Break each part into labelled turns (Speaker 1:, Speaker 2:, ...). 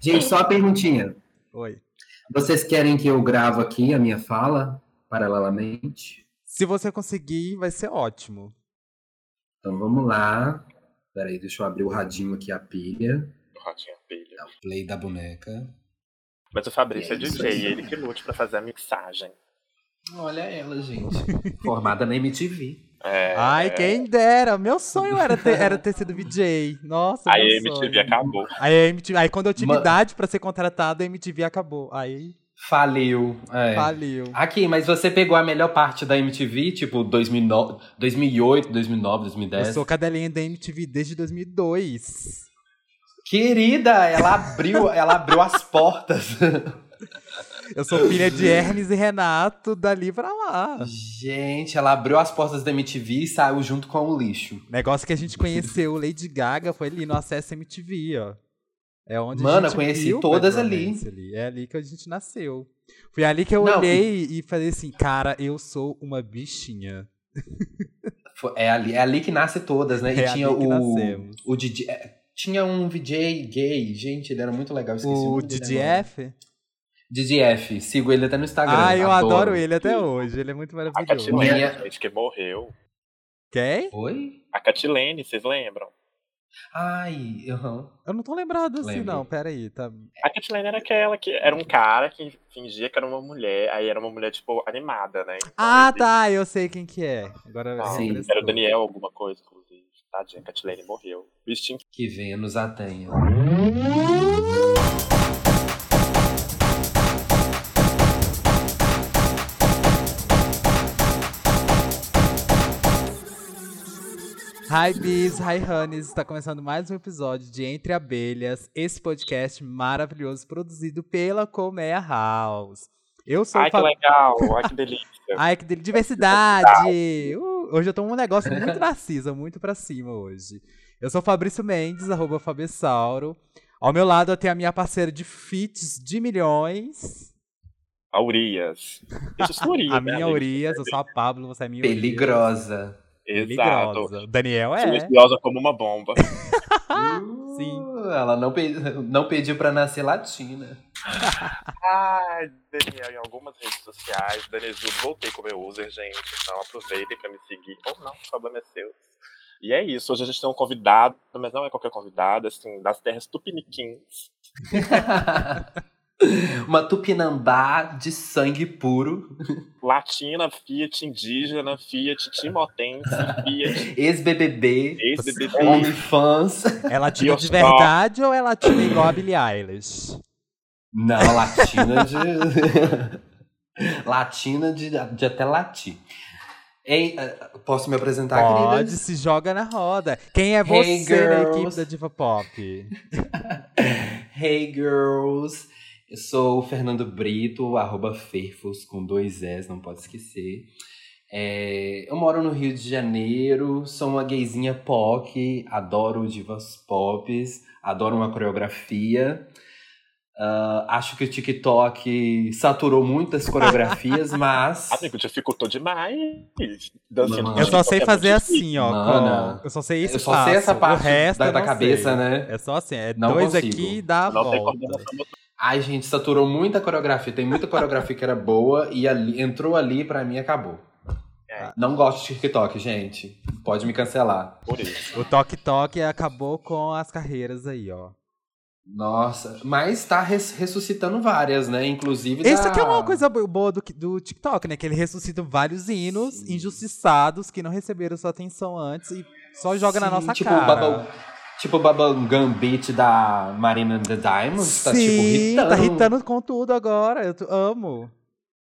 Speaker 1: Gente, só uma perguntinha.
Speaker 2: Oi.
Speaker 1: Vocês querem que eu gravo aqui a minha fala, paralelamente?
Speaker 2: Se você conseguir, vai ser ótimo.
Speaker 1: Então vamos lá. Peraí, deixa eu abrir o radinho aqui, a pilha.
Speaker 3: O Ratinho Pilha.
Speaker 1: Dá o Play da boneca.
Speaker 3: Mas o Fabrício é,
Speaker 1: É isso
Speaker 3: DJ,
Speaker 1: aí.
Speaker 3: ele que lute pra fazer a mixagem.
Speaker 1: Olha ela, gente. Formada na MTV.
Speaker 3: É,
Speaker 2: Ai, quem dera. Meu sonho era ter, era ter sido VJ. Nossa,
Speaker 3: Aí a
Speaker 2: meu
Speaker 3: MTV
Speaker 2: sonho.
Speaker 3: acabou.
Speaker 2: Aí, a MTV, aí quando eu tive
Speaker 1: Ma-
Speaker 2: idade pra ser contratado, a MTV acabou. Aí
Speaker 4: Faliu. É.
Speaker 2: faliu.
Speaker 4: Aqui, mas você pegou a melhor parte da MTV, tipo 2009, 2008, 2009, 2010.
Speaker 3: É.
Speaker 2: Eu sou cadelinha da MTV desde 2002.
Speaker 4: Querida, ela abriu, ela abriu as portas.
Speaker 2: Eu sou filha de Hermes e Renato, dali pra lá.
Speaker 4: Gente, ela abriu as portas da MTV e saiu junto com o lixo.
Speaker 2: Negócio que a gente conheceu, Lady Gaga, foi ali no Acesso MTV, ó. É onde a
Speaker 4: Mano,
Speaker 2: gente
Speaker 4: eu conheci
Speaker 2: viu
Speaker 4: todas
Speaker 2: Bad Romance ali. É ali que a gente nasceu. Foi ali que eu
Speaker 4: Não,
Speaker 2: olhei e falei assim, cara, eu sou uma bichinha.
Speaker 4: Foi- É ali, é ali que nasce todas, né? E
Speaker 2: É
Speaker 4: tinha
Speaker 2: ali que
Speaker 4: o,
Speaker 2: nascemos.
Speaker 4: o DJ. é, Tinha um DJ gay, gente, ele era muito legal. Esqueci
Speaker 2: O
Speaker 4: nome dele agora.
Speaker 2: DDF?
Speaker 4: Didi F. Sigo ele até no Instagram.
Speaker 2: Ah, eu adoro ele até hoje. Ele é muito
Speaker 3: A
Speaker 2: maravilhoso.
Speaker 3: Catilene,
Speaker 4: Minha-
Speaker 3: gente, que morreu.
Speaker 2: Quem?
Speaker 4: Oi?
Speaker 3: A Catilene, vocês lembram?
Speaker 4: Ai, aham.
Speaker 2: Eu não tô lembrado assim,
Speaker 4: Lembro.
Speaker 2: não. Peraí, tá.
Speaker 3: A Catilene era aquela que era um cara que fingia que era uma mulher, aí era uma mulher, tipo, animada, né? Então,
Speaker 2: Ah,
Speaker 3: ele-
Speaker 2: tá. Eu sei quem que é. Agora
Speaker 3: Ah,
Speaker 1: sim.
Speaker 2: refrescou.
Speaker 3: Era o Daniel alguma coisa, inclusive. Tadinha, a Catilene morreu. O Steam
Speaker 4: Que Vênus a tenha.
Speaker 2: Hi Bees, hi Honeys, está começando mais um episódio de Entre Abelhas, esse podcast maravilhoso produzido pela Colmeia House. Eu sou
Speaker 3: Ai,
Speaker 2: o
Speaker 3: que
Speaker 2: Fabrício.
Speaker 3: legal. Ai, que delícia.
Speaker 2: Ai, que dele- diversidade! Uh, hoje eu tô um negócio muito narcisa, muito pra cima hoje. Eu sou o Fabrício Mendes, arroba Fabessauro. Ao meu lado eu tenho a minha parceira de fits de milhões,
Speaker 3: A Urias. Isso, sua Urias,
Speaker 2: a
Speaker 3: né,
Speaker 2: minha
Speaker 3: amiga?
Speaker 2: Urias, eu sou a Pablo, você é a minha Urias.
Speaker 4: Peligrosa.
Speaker 3: Exato.
Speaker 2: Peligrosa. Daniel é.
Speaker 3: Silenciosa como uma bomba.
Speaker 4: Uh,
Speaker 2: sim.
Speaker 4: Ela não, pe- não pediu pra nascer latina.
Speaker 3: Ai, Daniel, em algumas redes sociais, Danesudo, voltei com o meu user, gente. Então aproveitem pra me seguir. Ou não, o problema é seu. E é isso, hoje a gente tem um convidado, mas não é qualquer convidado, assim, das terras tupiniquins.
Speaker 4: Uma tupinambá de sangue puro.
Speaker 3: Latina, Fiat indígena, Fiat timotense, Fiat
Speaker 4: Ex-BBB.
Speaker 3: ex-BBB.
Speaker 4: Homem-fãs.
Speaker 2: É latina
Speaker 3: Eu
Speaker 2: de
Speaker 3: só-
Speaker 2: verdade ou é latina igual a Billie Eilish?
Speaker 4: Não, latina de. latina de, de até latir. Ei, eh, posso me apresentar,
Speaker 2: Pode,
Speaker 4: queridas?
Speaker 2: se joga na roda. Quem é
Speaker 4: Hey,
Speaker 2: você na
Speaker 4: girls.
Speaker 2: equipe da Diva Pop?
Speaker 4: Hey, girls. Eu sou o Fernando Brito, arroba Ferfos, com dois S, não pode esquecer. É, eu moro no Rio de Janeiro, sou uma gayzinha POC, adoro divas pops, adoro uma coreografia. Ah, acho que o TikTok saturou muitas coreografias, mas...
Speaker 3: Amigo, dificultou demais. Dancinha
Speaker 4: Mano.
Speaker 2: Eu só sei
Speaker 3: é
Speaker 2: fazer
Speaker 3: muito
Speaker 2: assim, ó.
Speaker 4: Mana.
Speaker 2: com- Eu só sei isso.
Speaker 4: Eu só sei essa parte
Speaker 2: o resto
Speaker 4: da,
Speaker 2: eu
Speaker 4: da
Speaker 2: não
Speaker 4: cabeça,
Speaker 2: sei.
Speaker 4: né?
Speaker 2: É só assim, é
Speaker 4: Não
Speaker 2: dois
Speaker 4: consigo.
Speaker 2: aqui e dá a
Speaker 3: Não tem
Speaker 2: volta.
Speaker 3: coordenação motora.
Speaker 4: Ai, gente, saturou muita coreografia. Tem muita coreografia que era boa e ali, entrou ali pra mim e acabou.
Speaker 3: É.
Speaker 4: Não gosto de TikTok, gente. Pode me cancelar.
Speaker 3: por isso.
Speaker 2: O Tok Tok acabou com as carreiras aí, ó.
Speaker 4: Nossa, mas tá res- ressuscitando várias, né? Inclusive da-
Speaker 2: Isso aqui é uma coisa bo- boa do, que- do TikTok, né? Que ele ressuscita vários hinos
Speaker 4: Sim.
Speaker 2: injustiçados que não receberam sua atenção antes e só joga na
Speaker 4: Sim,
Speaker 2: nossa
Speaker 4: tipo
Speaker 2: cara.
Speaker 4: O Bubble, tipo o Bubble Gambit da Marina and the Diamonds. tá tipo
Speaker 2: Sim,
Speaker 4: hitando.
Speaker 2: tá hitando com tudo agora. Eu t- amo.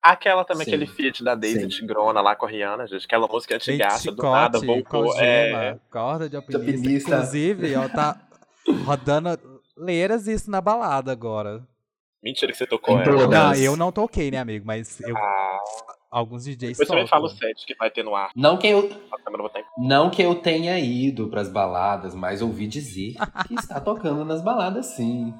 Speaker 3: Aquela também,
Speaker 4: Sim.
Speaker 3: aquele feat da Daisy
Speaker 1: Sim.
Speaker 3: Tigrona lá com a Rihanna, gente. Aquela música antigaça, do
Speaker 2: Chicote,
Speaker 3: nada, voltou.
Speaker 2: Kojima,
Speaker 3: É,
Speaker 2: corda de alpinista.
Speaker 4: Alpinista.
Speaker 2: Inclusive, ó, tá rodando leiras isso na balada agora.
Speaker 3: mentira que você tocou
Speaker 1: Então,
Speaker 3: ela.
Speaker 1: Todas.
Speaker 2: Não, eu não toquei, né, amigo? Mas eu-
Speaker 3: Ah,
Speaker 2: alguns DJs
Speaker 3: depois também fala o
Speaker 2: tocam.
Speaker 3: set que vai ter no ar.
Speaker 4: Não que, eu,
Speaker 3: A câmera vai estar em
Speaker 4: não que eu tenha ido pras baladas, mas ouvi dizer que está tocando nas baladas, sim.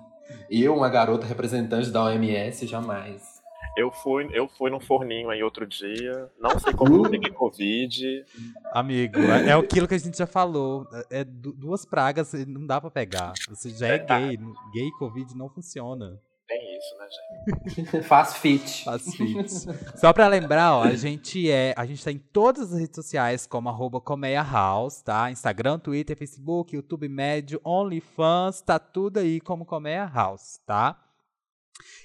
Speaker 4: Eu, uma garota representante da OMS, jamais.
Speaker 3: Eu fui, eu fui num forninho aí outro dia. Não sei como eu peguei Covid.
Speaker 2: Amigo, é é aquilo que a gente já falou. É du- duas pragas, não dá pra pegar. Você já é
Speaker 3: Verdade.
Speaker 2: gay. Gay e Covid não funciona.
Speaker 3: Tem isso, né, gente?
Speaker 4: Faz fit.
Speaker 2: Faz feeds. Só pra lembrar, ó, a gente é. A gente tá em todas as redes sociais, como arroba Colmeia House, tá? Instagram, Twitter, Facebook, YouTube Médio, OnlyFans, tá tudo aí como Colmeia House, tá?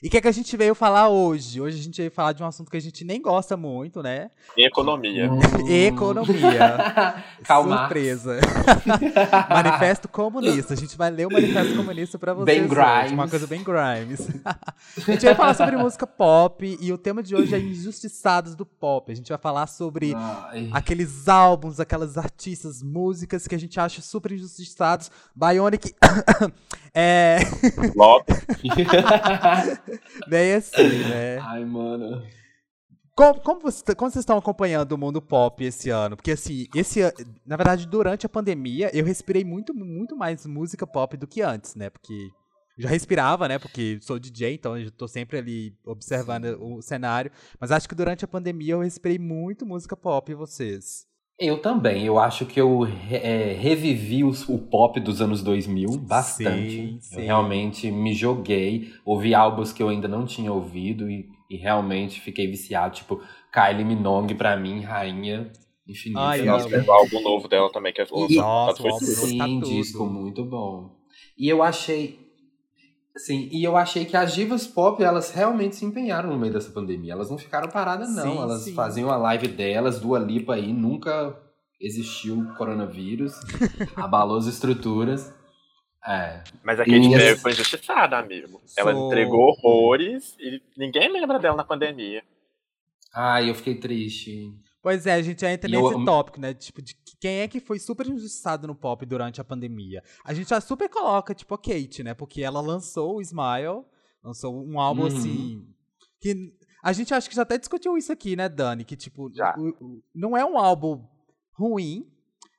Speaker 2: E o que, é que a gente veio falar hoje? Hoje a gente veio falar de um assunto que a gente nem gosta muito, né?
Speaker 3: E economia.
Speaker 4: Hum.
Speaker 2: Economia.
Speaker 4: Karl Marx.
Speaker 2: Surpresa. manifesto comunista. A gente vai ler o manifesto comunista pra vocês.
Speaker 4: Bem
Speaker 2: hoje.
Speaker 4: Grimes.
Speaker 2: Uma coisa bem Grimes. a gente vai falar sobre música pop e o tema de hoje é injustiçados do pop. A gente vai falar sobre
Speaker 4: Ai.
Speaker 2: aqueles álbuns, aquelas artistas, músicas que a gente acha super injustiçados. Bionic. é.
Speaker 3: Lopes,
Speaker 2: Bem assim, né?
Speaker 4: Ai, mano.
Speaker 2: Como, como, você- tá, como vocês estão acompanhando o mundo pop esse ano? Porque, assim, esse an- na verdade, durante a pandemia, eu respirei muito, muito mais música pop do que antes, né? Porque já respirava, né? Porque sou DJ, então eu tô sempre ali observando o cenário. Mas acho que durante a pandemia eu respirei muito música pop e vocês.
Speaker 4: Eu também. Eu acho que eu re- é, revivi os- o pop dos anos 2000 bastante.
Speaker 2: Sim,
Speaker 4: Eu
Speaker 2: sim.
Speaker 4: realmente me joguei, ouvi álbuns que eu ainda não tinha ouvido e, e realmente fiquei viciado. Tipo, Kylie Minogue, pra mim, rainha infinita.
Speaker 2: Ai,
Speaker 4: né?
Speaker 3: nós
Speaker 2: amo.
Speaker 3: temos álbum novo dela também, que é
Speaker 4: E-
Speaker 2: Nossa,
Speaker 3: foi
Speaker 2: o álbum novo tá
Speaker 4: Sim,
Speaker 2: tudo.
Speaker 4: disco muito bom. E eu achei. Sim, e eu achei que as divas pop, elas realmente se empenharam no meio dessa pandemia. Elas não ficaram paradas, não.
Speaker 2: Sim,
Speaker 4: elas
Speaker 2: sim.
Speaker 4: faziam a live delas, Dua Lipa aí, nunca existiu o coronavírus. abalou as estruturas. É.
Speaker 3: Mas a Katy
Speaker 4: Minhas-
Speaker 3: Perry foi injustiçada, amigo. Ela
Speaker 2: Sou.
Speaker 3: entregou horrores e ninguém lembra dela na pandemia.
Speaker 4: Ai, eu fiquei triste.
Speaker 2: Pois é, a gente entra
Speaker 4: E
Speaker 2: nesse
Speaker 4: eu-
Speaker 2: tópico, né? Tipo, de que- quem é que foi super injustiçado no pop durante a pandemia? A gente já super coloca, tipo, a Kate, né? Porque ela lançou o Smile, lançou um álbum
Speaker 4: Uhum.
Speaker 2: assim. Que a gente acho que já até discutiu isso aqui, né, Dani? Que, tipo,
Speaker 3: Já.
Speaker 2: o- o- não é um álbum ruim,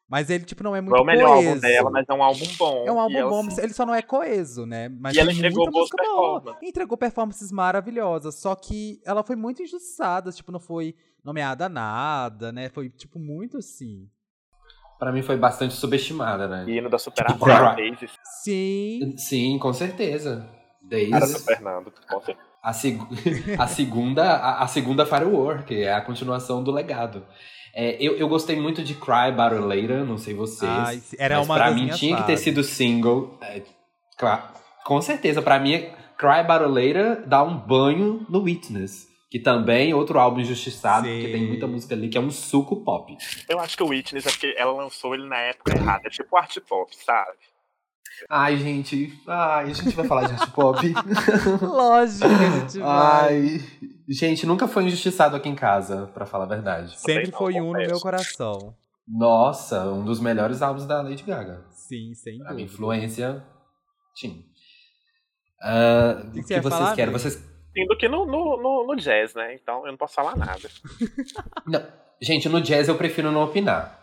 Speaker 2: mas ele, tipo, não é muito
Speaker 3: Não é o melhor álbum
Speaker 2: coeso.
Speaker 3: dela, mas é um álbum bom.
Speaker 2: É um álbum
Speaker 3: E ela-
Speaker 2: bom, mas ele só não é coeso, né? Mas
Speaker 3: E ela
Speaker 2: tem
Speaker 3: entregou
Speaker 2: muita
Speaker 3: boas
Speaker 2: música boa.
Speaker 3: performances.
Speaker 2: Entregou performances maravilhosas, só que ela foi muito injustiçada, tipo, não foi nomeada a nada, né? Foi, tipo, muito assim.
Speaker 4: Pra mim foi bastante subestimada, né?
Speaker 3: E hino da superação
Speaker 4: Tipo,
Speaker 3: da Daisy,
Speaker 2: Sim.
Speaker 4: Sim, com certeza.
Speaker 3: cara
Speaker 4: Desde
Speaker 3: do Fernando. Com certeza.
Speaker 4: A, seg a segunda a, a segunda Firework, é a continuação do legado. É, eu, eu gostei muito de Cry About It Later, não sei vocês.
Speaker 2: Ai, era
Speaker 4: mas
Speaker 2: uma
Speaker 4: pra
Speaker 2: das
Speaker 4: mim
Speaker 2: minhas
Speaker 4: tinha que ter
Speaker 2: faves.
Speaker 4: sido single. É, cla- com certeza, pra mim, Cry About It Later dá um banho no Witness. Que também é outro álbum injustiçado,
Speaker 2: Sim.
Speaker 4: porque tem muita música ali que é um suco pop.
Speaker 3: Eu acho que o Witness é porque ela lançou ele na época errada. É tipo art pop, sabe?
Speaker 4: Ai, gente. Ai, a gente vai falar de arte pop.
Speaker 2: Lógico que a gente vai.
Speaker 4: Ai. Gente, nunca foi injustiçado aqui em casa, pra falar a verdade.
Speaker 2: Sempre
Speaker 3: Também não,
Speaker 2: foi um no
Speaker 3: confesso.
Speaker 2: meu coração.
Speaker 4: Nossa, um dos melhores álbuns da Lady Gaga.
Speaker 2: Sim, sem
Speaker 4: A minha
Speaker 2: dúvida.
Speaker 4: influência, sim. Ah,
Speaker 2: que
Speaker 4: o
Speaker 2: você
Speaker 4: que,
Speaker 2: ia
Speaker 4: vocês
Speaker 2: falar,
Speaker 4: querem?
Speaker 2: amigo?
Speaker 4: Vocês...
Speaker 3: Sendo que no, no, no, no jazz, né? Então eu não posso falar nada.
Speaker 4: Não, gente, no jazz eu prefiro não opinar.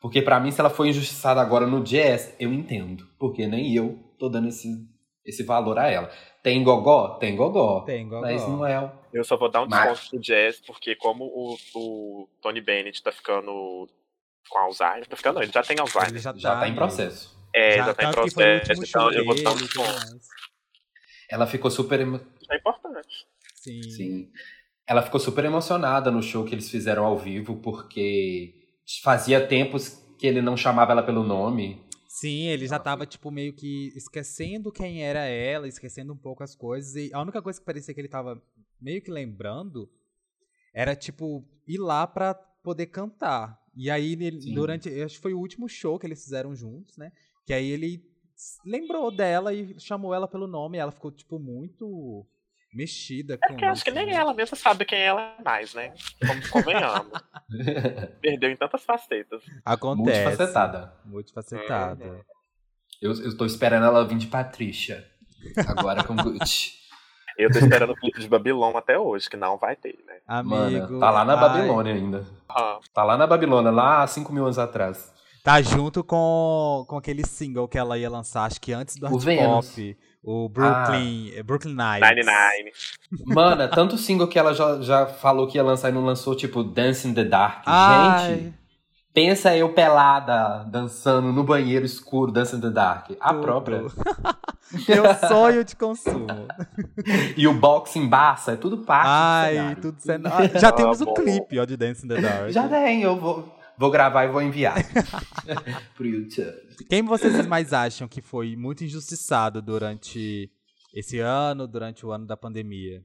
Speaker 4: Porque pra mim, se ela foi injustiçada agora no jazz, eu entendo. Porque nem eu tô dando esse, esse valor a ela. Tem gogó? Tem gogó.
Speaker 2: Tem, Gogó.
Speaker 4: Mas não é. o-
Speaker 3: Eu só vou dar um
Speaker 4: Mas-
Speaker 3: desconto pro jazz, porque como o, o Tony Bennett tá ficando com Alzheimer, tá ficando, não, ele já tem
Speaker 2: Ele
Speaker 3: Alzheimer.
Speaker 2: já,
Speaker 4: Já tá em
Speaker 2: né?
Speaker 4: processo.
Speaker 3: É, já, tá em
Speaker 2: tanto que foi o
Speaker 3: processo,
Speaker 2: último
Speaker 3: então
Speaker 2: show
Speaker 3: eu vou dar um
Speaker 2: dele né? e tudo
Speaker 3: desconto.
Speaker 2: mais.
Speaker 4: Ela ficou super. emo-
Speaker 3: Isso é importante.
Speaker 2: Sim.
Speaker 4: Sim. Ela ficou super emocionada no show que eles fizeram ao vivo, porque fazia tempos que ele não chamava ela pelo nome.
Speaker 2: Sim, ele já
Speaker 4: Ela
Speaker 2: tava, tipo, meio que esquecendo quem era ela, esquecendo um pouco as coisas. E a única coisa que parecia que ele tava meio que lembrando era, tipo, ir lá pra poder cantar. E aí, ele-
Speaker 4: Sim.
Speaker 2: durante. eu Acho que foi o último show que eles fizeram juntos, né? Que aí ele s- lembrou dela e chamou ela pelo nome. E ela ficou, tipo, muito mexida
Speaker 3: É
Speaker 2: com
Speaker 3: porque eu acho que
Speaker 2: isso,
Speaker 3: nem
Speaker 2: né?
Speaker 3: ela mesma sabe quem ela é mais, né? Como convenhamos. Perdeu em tantas facetas.
Speaker 2: Acontece.
Speaker 4: Multifacetada.
Speaker 2: Multifacetada.
Speaker 4: Eu, eu tô esperando ela vir de Patrícia. Agora com Gucci.
Speaker 3: Eu tô esperando o clipe de Babilônia até hoje, que não vai ter, né?
Speaker 2: Amigo.
Speaker 4: Mano, tá lá na
Speaker 2: ai,
Speaker 4: Babilônia ainda.
Speaker 3: Ah,
Speaker 4: Tá lá na Babilônia, lá há 5 mil anos atrás.
Speaker 2: Tá junto com, com aquele single que ela ia lançar, acho que antes do
Speaker 4: O Ah.
Speaker 2: Art
Speaker 4: Vênus.
Speaker 2: Pop. O Brooklyn. é Brooklyn Nine.
Speaker 3: 99.
Speaker 4: Mana, tanto single que ela já, já falou que ia lançar e não lançou, tipo Dance in the Dark. Gente,
Speaker 2: Ai,
Speaker 4: pensa eu pelada dançando no banheiro escuro Dance in the Dark. A
Speaker 2: tudo.
Speaker 4: própria.
Speaker 2: Meu sonho de consumo.
Speaker 4: E o Boxing Baça, é tudo parte. do
Speaker 2: Ai,
Speaker 4: cenário.
Speaker 2: tudo sendo. Ah, Já
Speaker 3: Ah,
Speaker 2: temos um
Speaker 3: bom.
Speaker 2: clipe, ó, de Dance in the Dark.
Speaker 4: Já tem, eu vou, vou gravar e vou enviar pro YouTube.
Speaker 2: Quem vocês mais acham que foi muito injustiçado durante esse ano, durante o ano da pandemia?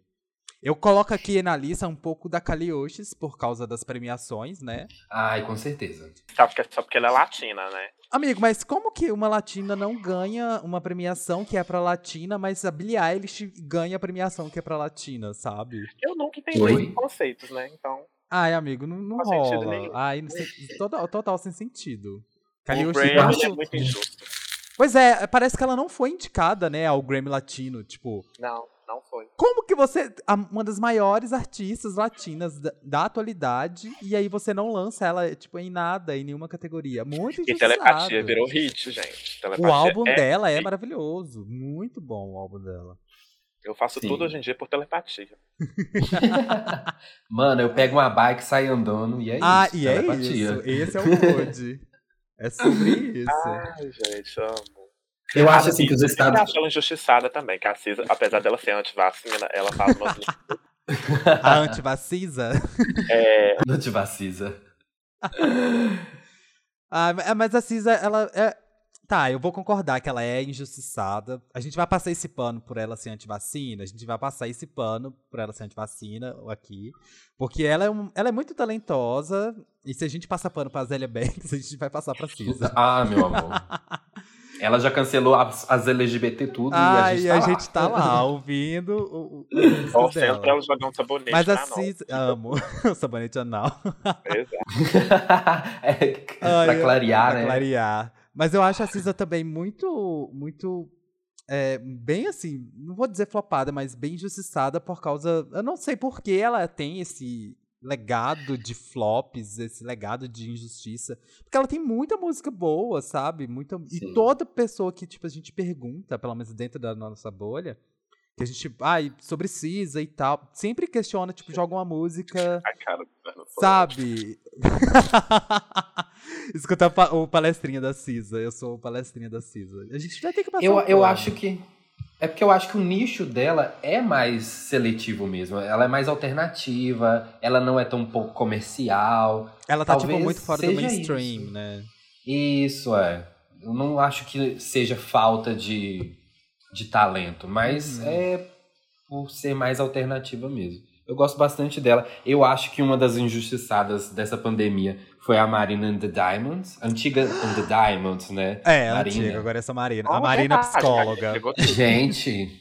Speaker 2: Eu coloco aqui na lista um pouco da Kalioches, por causa das premiações, né?
Speaker 4: Ai, com certeza.
Speaker 3: Só porque, só porque ela é latina, né?
Speaker 2: Amigo, mas como que uma latina não ganha uma premiação que é pra latina, mas a Billie Eilish ganha a premiação que é pra latina, sabe?
Speaker 3: Eu nunca entendi
Speaker 4: Oi?
Speaker 3: os conceitos, né? Então,
Speaker 2: Ai, amigo, não, não
Speaker 3: Faz sentido
Speaker 2: rola.
Speaker 3: nenhum.
Speaker 2: Ai, não sei- total, total sem sentido.
Speaker 3: o
Speaker 2: Kalioches
Speaker 3: Grammy
Speaker 1: eu acho-
Speaker 3: é muito injusto.
Speaker 2: Pois é, parece que ela não foi indicada, né, ao Grammy Latino, tipo...
Speaker 3: Não, não foi.
Speaker 2: Como que você, a- uma das maiores artistas latinas da, da atualidade, e aí você não lança ela, tipo, em nada, em nenhuma categoria? Muito
Speaker 3: E
Speaker 2: injustiçado.
Speaker 3: Telepatia é virou hit, gente. Telepatia
Speaker 2: O álbum
Speaker 3: é-
Speaker 2: dela é maravilhoso. Muito bom o álbum dela.
Speaker 3: Eu faço
Speaker 4: Sim.
Speaker 3: tudo hoje em dia por telepatia.
Speaker 4: Mano, eu pego uma bike, saio andando e é
Speaker 2: ah,
Speaker 4: isso.
Speaker 2: e é
Speaker 4: telepatia.
Speaker 2: isso. Esse é o Mode. é sobre isso.
Speaker 3: Ai, gente, amo.
Speaker 1: Eu acho assim que os
Speaker 3: Eu sempre
Speaker 1: estados.
Speaker 3: acho ela injustiçada também, que a Cisa, apesar dela ser antivacina, ela faz umas.
Speaker 2: A antivacisa.
Speaker 3: é,
Speaker 4: Não te vacisa.
Speaker 2: Ah, ma- mas a Cisa, ela é. Tá, eu vou concordar que ela é injustiçada. A gente vai passar esse pano por ela ser antivacina. A gente vai passar esse pano por ela ser antivacina aqui. Porque ela é, um- ela é muito talentosa. E se a gente passa pano pra Zélia Banks, a gente vai passar pra Cisa.
Speaker 4: Ah, meu amor. Ela já cancelou as, as LGBT tudo
Speaker 2: Ai,
Speaker 4: e a gente tá lá.
Speaker 2: ouvindo o, o, o
Speaker 3: ó,
Speaker 2: disco
Speaker 3: sendo
Speaker 2: dela.
Speaker 3: pra ela jogar um sabonete
Speaker 2: Mas
Speaker 3: na
Speaker 2: a
Speaker 3: mão.
Speaker 2: Cisa. Amo. o sabonete anal.
Speaker 3: Exato.
Speaker 4: É, pra
Speaker 2: Ai,
Speaker 4: clarear,
Speaker 2: pra
Speaker 4: né?
Speaker 2: clarear. Mas eu acho a Cisa também muito, muito, é, bem assim, não vou dizer flopada, mas bem injustiçada por causa, eu não sei por que ela tem esse legado de flops, esse legado de injustiça, porque ela tem muita música boa, sabe? Muita e
Speaker 4: Sim.
Speaker 2: toda pessoa que tipo a gente pergunta, pelo menos dentro da nossa bolha, que a gente, ai, sobre Cisa e tal, sempre questiona, tipo, joga uma música
Speaker 3: A cara do Fernando Fernandes.
Speaker 2: Sabe? Escutar pa- o palestrinha da Cisa. Eu sou o palestrinha da Cisa. A gente vai ter que passar.
Speaker 4: Eu,
Speaker 2: um
Speaker 4: eu
Speaker 2: pano.
Speaker 4: acho que. É porque eu acho que o nicho dela é mais seletivo mesmo. Ela é mais alternativa, ela não é tão pouco comercial.
Speaker 2: Ela tá, tipo,
Speaker 4: talvez
Speaker 2: muito fora do
Speaker 4: seja
Speaker 2: mainstream,
Speaker 4: isso.
Speaker 2: né?
Speaker 4: Isso é. Eu não acho que seja falta de, de talento, mas
Speaker 2: Uhum.
Speaker 4: é por ser mais alternativa mesmo. Eu gosto bastante dela. Eu acho que uma das injustiçadas dessa pandemia foi a Marina and the Diamonds. Antiga and the Diamonds, né?
Speaker 2: É, ela
Speaker 4: Marina.
Speaker 2: antiga, agora é essa Marina.
Speaker 3: Ó,
Speaker 2: a Marina é
Speaker 3: verdade,
Speaker 2: psicóloga.
Speaker 3: Pegou tudo.
Speaker 4: Gente, o hino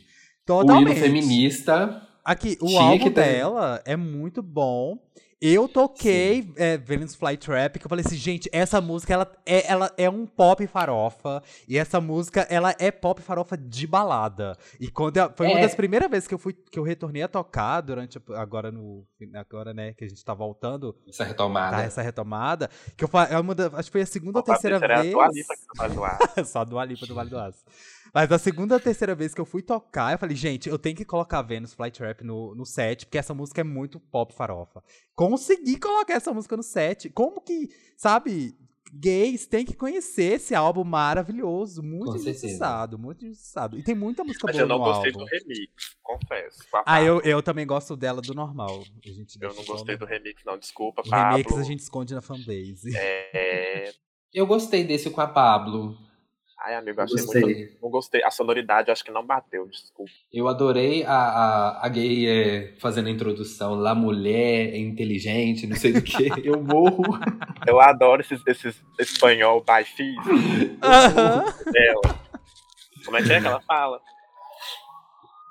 Speaker 2: Totalmente.
Speaker 4: feminista.
Speaker 2: Aqui, o
Speaker 4: Chique
Speaker 2: álbum
Speaker 4: também.
Speaker 2: dela é muito bom. Eu toquei é, Venus Flytrap, que eu falei assim, gente, essa música, ela é, ela é um pop farofa. E essa música, ela é pop farofa de balada. E quando eu- foi uma
Speaker 4: É.
Speaker 2: das primeiras vezes que eu fui, que eu retornei a tocar durante, a- agora no, agora, né, que a gente tá voltando,
Speaker 4: Essa
Speaker 2: tá,
Speaker 4: retomada.
Speaker 2: essa retomada, que eu, fa- é uma da- acho que foi a segunda ou
Speaker 3: Opa,
Speaker 2: terceira
Speaker 3: será
Speaker 2: vez.
Speaker 3: a Dua Lipa que tá do ar.
Speaker 2: Só do Alipa do Vale do Aço. Mas a segunda ou terceira vez que eu fui tocar, eu falei, gente, eu tenho que colocar Venus Flytrap no, no set, porque essa música é muito pop farofa. Consegui colocar essa música no set. Como que, sabe, gays têm que conhecer esse álbum maravilhoso, muito
Speaker 4: Com certeza.
Speaker 2: injustiçado, muito injustiçado. E tem muita música
Speaker 3: Mas
Speaker 2: boa
Speaker 3: eu não
Speaker 2: no
Speaker 3: gostei
Speaker 2: álbum.
Speaker 3: do remix, confesso.
Speaker 2: Ah, eu, eu também gosto dela do normal. A gente
Speaker 3: Eu
Speaker 2: deixa
Speaker 3: não
Speaker 2: só
Speaker 3: gostei
Speaker 2: no-
Speaker 3: do remix, não. Desculpa,
Speaker 2: O
Speaker 3: Pablo.
Speaker 2: remix a gente esconde na fanbase.
Speaker 3: É...
Speaker 4: Eu gostei desse com a Pablo.
Speaker 3: Ai, amigo, achei
Speaker 1: Gostei.
Speaker 3: muito. Não gostei. A sonoridade acho que não bateu, desculpa.
Speaker 4: Eu adorei a, a, a gay eh, fazendo a introdução. La mulher é inteligente, não sei do que. Eu morro.
Speaker 3: Eu adoro esses, esses espanhol baifis
Speaker 2: Aham.
Speaker 3: dela. Como é que é que ela fala?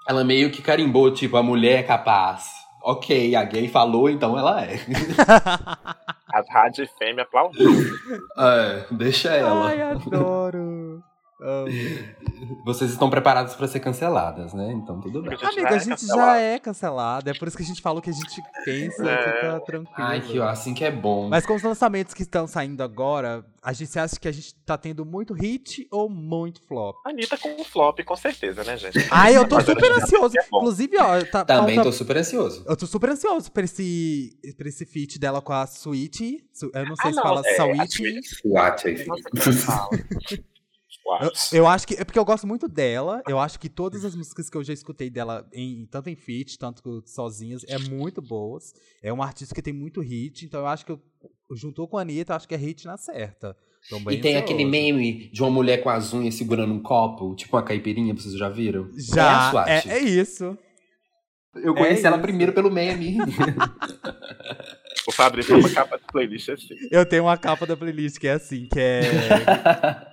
Speaker 4: Ela meio que carimbou, tipo, a mulher é capaz. Ok, a gay falou, então ela é.
Speaker 3: As rádio e fêmea aplaudiram.
Speaker 4: É, deixa ela.
Speaker 2: Ai, adoro.
Speaker 4: Vocês estão preparados pra ser canceladas, né? Então tudo bem.
Speaker 3: Porque a gente
Speaker 2: Amiga, a
Speaker 3: já é
Speaker 2: gente já
Speaker 3: cancelado.
Speaker 2: é cancelado. É por isso que a gente fala o que a gente pensa,
Speaker 3: É.
Speaker 2: fica tranquilo.
Speaker 4: Ai, que ó, assim que é bom.
Speaker 2: Mas com os lançamentos que estão saindo agora, a gente você acha que a gente tá tendo muito hit ou muito flop?
Speaker 3: Anitta com um flop, com certeza, né, gente?
Speaker 2: Ai, eu tô
Speaker 3: Mas
Speaker 2: super ansioso.
Speaker 3: é bom.
Speaker 2: Inclusive, ó, tá,
Speaker 4: Também
Speaker 2: falta-
Speaker 4: tô super ansioso.
Speaker 2: Eu tô super ansioso pra esse, pra esse feat dela com a Sweet. Su- Eu não sei
Speaker 3: Ah,
Speaker 2: se
Speaker 3: não,
Speaker 2: fala
Speaker 3: é, a
Speaker 2: Sweet.
Speaker 3: Sweet.
Speaker 1: Suate aí, filho.
Speaker 3: Nossa, que fala.
Speaker 2: Eu, eu acho que. É porque eu gosto muito dela. Eu acho que todas as músicas que eu já escutei dela, em, tanto em feat, tanto sozinhas, é muito boas. É uma artista que tem muito hit. Então eu acho que eu, juntou com a Anitta, eu acho que é hit na certa. Tô bem
Speaker 4: E tem
Speaker 2: ansioso.
Speaker 4: aquele meme de uma mulher com as unhas segurando um copo, tipo uma caipirinha, vocês já viram? É a
Speaker 2: Já.
Speaker 4: Swatch.
Speaker 2: É, é isso.
Speaker 4: Eu conheci
Speaker 2: é
Speaker 4: ela
Speaker 2: isso.
Speaker 4: primeiro pelo meme.
Speaker 3: O Fabrício é uma capa de playlist assim.
Speaker 2: Eu tenho uma capa da playlist que é assim, que é.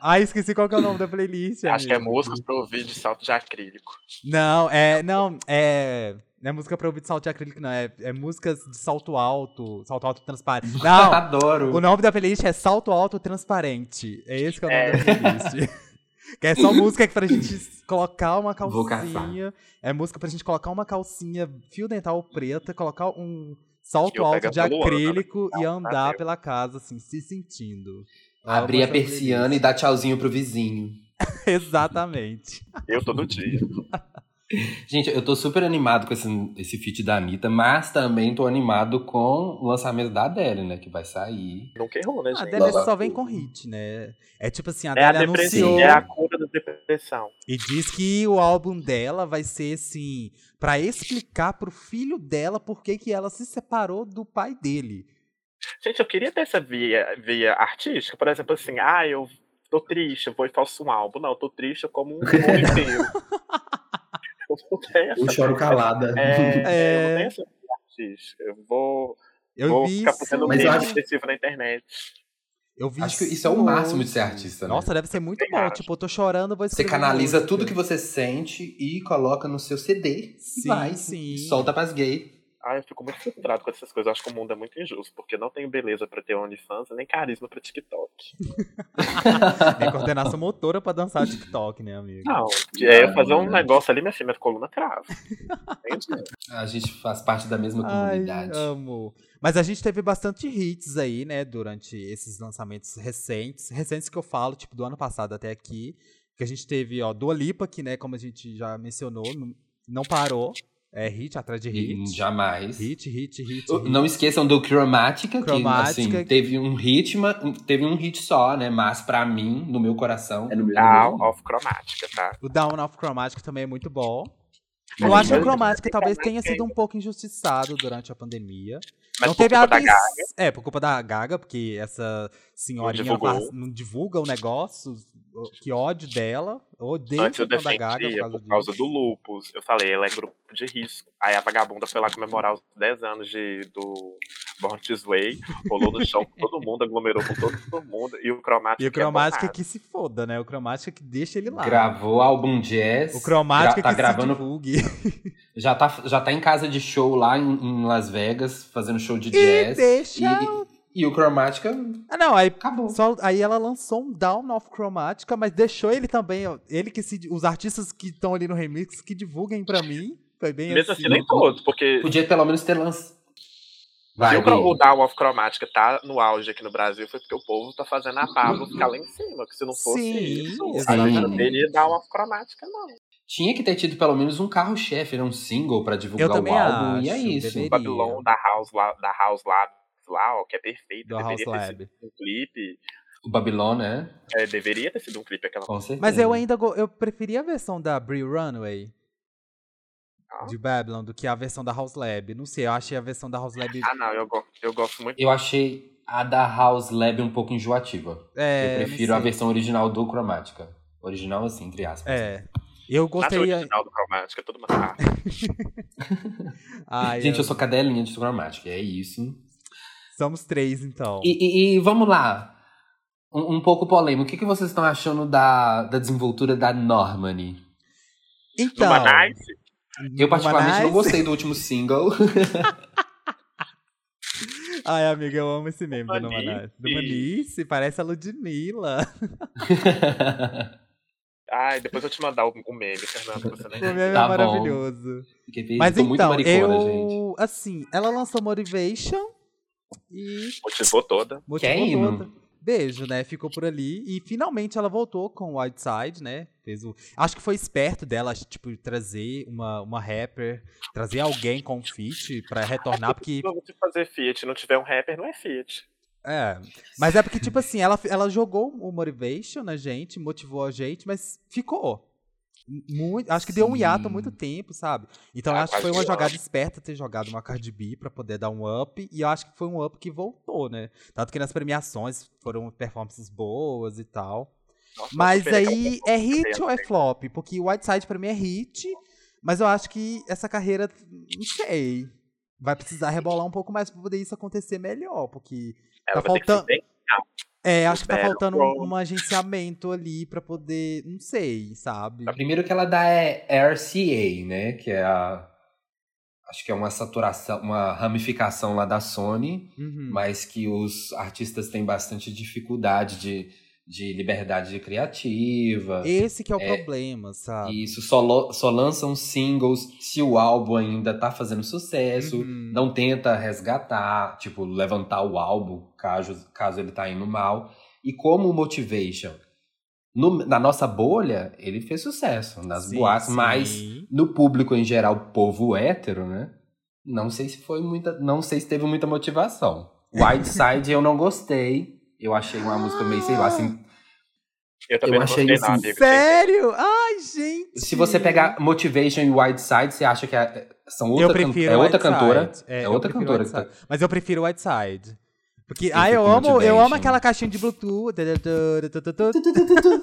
Speaker 2: Ai, esqueci qual que é o nome da playlist.
Speaker 3: Acho que é
Speaker 2: amigo.
Speaker 3: músicas pra ouvir de salto de acrílico.
Speaker 2: Não, é. Não, é. Não é música pra ouvir de salto de acrílico, não. É, é músicas de salto alto, salto alto transparente. Não!
Speaker 4: Adoro.
Speaker 2: o nome da playlist é Salto Alto Transparente. É esse que é o nome
Speaker 3: É.
Speaker 2: da playlist. que é só música que pra gente colocar uma
Speaker 4: Vou caçar.
Speaker 2: calcinha. É música pra gente colocar uma calcinha fio dental preta, colocar um salto
Speaker 3: Eu
Speaker 2: alto
Speaker 3: pego
Speaker 2: de
Speaker 3: a Luana, né?
Speaker 2: acrílico e
Speaker 3: Não,
Speaker 2: andar
Speaker 3: valeu.
Speaker 2: pela casa, assim, se sentindo. Amo
Speaker 4: Abrir a
Speaker 2: essa
Speaker 4: persiana e
Speaker 2: playlist.
Speaker 4: dar tchauzinho pro vizinho.
Speaker 2: Exatamente.
Speaker 3: Eu todo dia.
Speaker 4: Gente, eu tô super animado com esse, esse feat da Anitta, mas também tô animado com o lançamento da Adele, né? Que vai sair.
Speaker 3: Nunca errou, né,
Speaker 2: A
Speaker 3: gente?
Speaker 4: Lá,
Speaker 2: Adele
Speaker 4: lá,
Speaker 2: só vem
Speaker 4: tudo.
Speaker 2: com hit, né? É tipo assim, a
Speaker 3: É a
Speaker 2: Adele
Speaker 3: depressão.
Speaker 2: anunciou
Speaker 3: É a cura da depressão.
Speaker 2: e diz que o álbum dela vai ser assim, pra explicar pro filho dela por que que ela se separou do pai dele.
Speaker 3: Gente, eu queria ter essa via, via artística, por exemplo, assim, ah, eu tô triste, eu vou e faço um álbum. Não, eu tô triste como um homem inteiro. Eu não tenho essa-
Speaker 1: Eu choro calada.
Speaker 2: É.
Speaker 3: É, Eu não tenho essa via artística. Eu vou,
Speaker 2: Eu
Speaker 3: vou
Speaker 2: vi
Speaker 3: ficar
Speaker 2: isso.
Speaker 3: fazendo
Speaker 1: Mas eu
Speaker 3: meme
Speaker 1: acho-
Speaker 3: depressivo na internet.
Speaker 2: Eu vi
Speaker 4: Acho que isso é o máximo de ser artista, né?
Speaker 2: Nossa, deve ser muito
Speaker 3: Também
Speaker 2: bom.
Speaker 3: acho.
Speaker 2: Tipo, eu tô chorando, vou
Speaker 4: Você
Speaker 2: escrever
Speaker 4: canaliza
Speaker 2: música.
Speaker 4: tudo que você sente e coloca no seu CD.
Speaker 2: Sim,
Speaker 4: e vai,
Speaker 2: sim.
Speaker 4: E solta pras gay.
Speaker 3: Ah, eu fico muito frustrado com essas coisas. Eu acho que o mundo é muito injusto, porque eu não tenho beleza pra ter OnlyFans e nem carisma pra TikTok.
Speaker 2: Tem coordenação motora pra dançar TikTok, né, amigo?
Speaker 3: Não, é eu
Speaker 4: Ah,
Speaker 3: fazer
Speaker 1: né?
Speaker 3: um
Speaker 4: não.
Speaker 3: negócio ali, minha filha, minha coluna trava. Entende?
Speaker 4: A gente faz parte da mesma
Speaker 2: Ai,
Speaker 4: comunidade.
Speaker 2: amo. Mas a gente teve bastante hits aí, né, durante esses lançamentos recentes. Recentes que eu falo, tipo, do ano passado até aqui. Que a gente teve, ó, Dua Lipa, que, né, como a gente já mencionou, não- não parou. É hit atrás de
Speaker 4: E
Speaker 2: hit.
Speaker 4: Jamais.
Speaker 2: Hit, hit, hit,
Speaker 4: Oh,
Speaker 2: hit.
Speaker 4: Não esqueçam do Cromática, que
Speaker 2: Cromática.
Speaker 4: assim, teve um hit, ma- teve um hit só, né? Mas pra mim, no meu coração,
Speaker 1: É no meu.
Speaker 3: Ah, off cromática, tá?
Speaker 2: O Down of Chromatic também é muito bom.
Speaker 1: Mas
Speaker 2: Eu acho que o
Speaker 1: mas-
Speaker 2: Chromatic talvez
Speaker 3: Chromatic
Speaker 2: tenha sido um
Speaker 3: ainda.
Speaker 2: pouco injustiçado durante a pandemia.
Speaker 3: Mas
Speaker 2: não
Speaker 3: por
Speaker 2: teve
Speaker 3: culpa da
Speaker 2: atenção-
Speaker 3: Gaga,
Speaker 2: É, por culpa da Gaga, porque essa senhorinha não,
Speaker 3: divulgou.
Speaker 2: faz- não divulga o negócio. Que ódio dela. Eu Odeio
Speaker 3: antes eu
Speaker 2: o da Gaga
Speaker 3: defendia por
Speaker 2: disso.
Speaker 3: causa do lupus. Eu falei, ela é grupo de risco. Aí a vagabunda foi lá comemorar os 10 anos de, do Born This Way, rolou no chão com todo mundo, aglomerou com todo mundo, e o cromático
Speaker 2: E o
Speaker 3: que é
Speaker 2: Chromatic
Speaker 3: bom
Speaker 2: que se foda, né? O Chromatic que deixa ele lá.
Speaker 4: gravou álbum jazz.
Speaker 2: O Chromatic
Speaker 4: gra- tá
Speaker 2: que se
Speaker 4: gravando
Speaker 2: divulgue.
Speaker 4: Já tá, já tá em casa de show lá em, em Las Vegas, fazendo show de
Speaker 2: E
Speaker 4: jazz.
Speaker 2: deixa.
Speaker 4: E, e o Cromática
Speaker 2: Ah, não, aí
Speaker 4: acabou.
Speaker 2: Só- aí ela lançou um Down of Chromatica, mas deixou ele também, ó, ele que se, os artistas que estão ali no remix que divulguem pra mim. Foi bem
Speaker 3: Mesmo
Speaker 2: assim.
Speaker 3: assim, nem todos, porque
Speaker 4: Podia pelo menos ter lançado.
Speaker 3: se
Speaker 4: Vai,
Speaker 3: o, cro- o
Speaker 4: Gui.
Speaker 3: Down of Cromática tá no auge aqui no Brasil, foi porque o povo tá fazendo a Pablo ficar lá em cima, que se não fosse
Speaker 2: Sim,
Speaker 3: isso, a gente não
Speaker 2: exatamente.
Speaker 3: teria Down of Cromática, não.
Speaker 4: Tinha que ter tido pelo menos um carro-chefe, né? um single pra divulgar
Speaker 2: Eu também
Speaker 4: o álbum.
Speaker 2: acho,
Speaker 4: e é isso.
Speaker 2: deveria.
Speaker 3: Babylon da House lá, da House Labs lá, ó, que é perfeito.
Speaker 2: Do House
Speaker 3: deveria ter sido
Speaker 2: Lab.
Speaker 3: um clipe.
Speaker 4: O Babilon, né?
Speaker 3: é, deveria ter sido um clipe aquela
Speaker 4: Com certeza.
Speaker 2: Mas eu ainda go- eu preferia a versão da Brie Runway
Speaker 4: Ah.
Speaker 2: de Babylon do que a versão da House Lab. Não sei, eu achei a versão da House Lab
Speaker 3: Ah, não, eu, go- eu gosto muito.
Speaker 4: Eu achei a da House Lab um pouco enjoativa.
Speaker 2: é,
Speaker 4: eu
Speaker 2: não
Speaker 4: prefiro a
Speaker 2: sei.
Speaker 4: versão original do Cromática. Original, assim, entre aspas.
Speaker 2: É. Eu
Speaker 3: Nada
Speaker 2: gostei. é.
Speaker 3: original do Cromática, toda uma tarde.
Speaker 2: Ai,
Speaker 4: Gente, eu sou cadelinha de Cromática, é isso.
Speaker 2: Somos três, então.
Speaker 4: E, e- e vamos lá. Um, um pouco polêmico. O que, que vocês estão achando da, da desenvoltura da Normani?
Speaker 2: Então.
Speaker 3: Numa Nice,
Speaker 4: Eu, particularmente, não
Speaker 2: Humanize-
Speaker 4: gostei do último single.
Speaker 2: Ai, amiga, eu amo esse meme do
Speaker 3: Humanize.
Speaker 2: Numanice. Numanice, parece a Ludmilla.
Speaker 3: Ai, depois eu te mandar o, o meme, Fernando, que você
Speaker 2: O
Speaker 3: nem
Speaker 2: meme é
Speaker 4: Tá bom.
Speaker 2: maravilhoso.
Speaker 4: Fiquei feliz,
Speaker 2: Mas
Speaker 4: tô
Speaker 2: então,
Speaker 4: muito maricona,
Speaker 2: eu.
Speaker 4: gente.
Speaker 2: Assim, ela lançou Motivation e
Speaker 3: motivou toda.
Speaker 2: motivou
Speaker 4: Quer
Speaker 2: toda.
Speaker 4: é hino?
Speaker 2: Beijo, né? Ficou por ali. E finalmente ela voltou com o Whiteside, né? Fez o... Acho que foi esperto dela, acho, tipo, trazer uma, uma rapper, trazer alguém com feat pra retornar, porque.
Speaker 3: Se você fazer Fiat não tiver um rapper, não é Fiat.
Speaker 2: É. Mas é porque, tipo assim, ela, ela jogou o Motivation na gente, motivou a gente, mas ficou. Muito, acho que deu um
Speaker 4: Sim.
Speaker 2: hiato há muito tempo, sabe? Então
Speaker 3: Ah,
Speaker 2: acho que foi
Speaker 3: quase
Speaker 2: uma
Speaker 3: que
Speaker 2: jogada esperta ter jogado uma Cardi B pra poder dar um up. E eu acho que foi um up que voltou, né? Tanto que nas premiações foram performances boas e tal.
Speaker 3: Nossa,
Speaker 2: Mas
Speaker 3: super legal.
Speaker 2: aí é hit ou é flop? Porque o Whiteside pra mim é hit, mas eu acho que essa carreira, não sei. Vai precisar rebolar um pouco mais pra poder isso acontecer melhor, porque
Speaker 3: Ela
Speaker 2: tá
Speaker 3: vai ter que se
Speaker 2: faltando- é, acho que tá
Speaker 3: Battle
Speaker 2: faltando
Speaker 3: Royale.
Speaker 2: um, um agenciamento ali pra poder, não sei, sabe?
Speaker 4: A primeira que ela dá é RCA, né? Que é a. Acho que é uma saturação, uma ramificação lá da Sony,
Speaker 2: Uhum.
Speaker 4: mas que os artistas têm bastante dificuldade de, de liberdade criativa. E...
Speaker 2: Esse que é o
Speaker 4: É.
Speaker 2: problema, sabe?
Speaker 4: Isso só, lo- só lançam singles se o álbum ainda tá fazendo sucesso.
Speaker 2: Uhum.
Speaker 4: Não tenta resgatar, tipo, levantar o álbum caso, caso ele tá indo mal. E como o Motivation, no- na nossa bolha, ele fez sucesso. Nas
Speaker 2: Sim,
Speaker 4: boates,
Speaker 2: sim.
Speaker 4: mas no público em geral, povo hétero, né? Não sei se foi muita. Não sei se teve muita motivação. Whiteside eu não gostei. Eu achei uma música meio, sei lá, assim.
Speaker 3: Eu também
Speaker 4: Eu
Speaker 3: não
Speaker 4: achei
Speaker 3: gostei,
Speaker 2: Ah,
Speaker 4: isso
Speaker 3: não, amigo.
Speaker 2: Sério? Ai, gente!
Speaker 4: Se você pegar Motivation e Whiteside, você acha que é- são outra,
Speaker 2: eu
Speaker 4: can-
Speaker 2: prefiro
Speaker 4: é outra
Speaker 2: Whiteside.
Speaker 4: cantora.
Speaker 2: É,
Speaker 4: é
Speaker 2: eu
Speaker 4: outra
Speaker 2: prefiro
Speaker 4: cantora que tá-
Speaker 2: Whiteside. Mas eu prefiro Whiteside. Porque,
Speaker 4: Eu
Speaker 2: ah, eu
Speaker 4: fico com
Speaker 2: amo, eu
Speaker 4: Motivation.
Speaker 2: amo aquela caixinha de Bluetooth.
Speaker 3: Na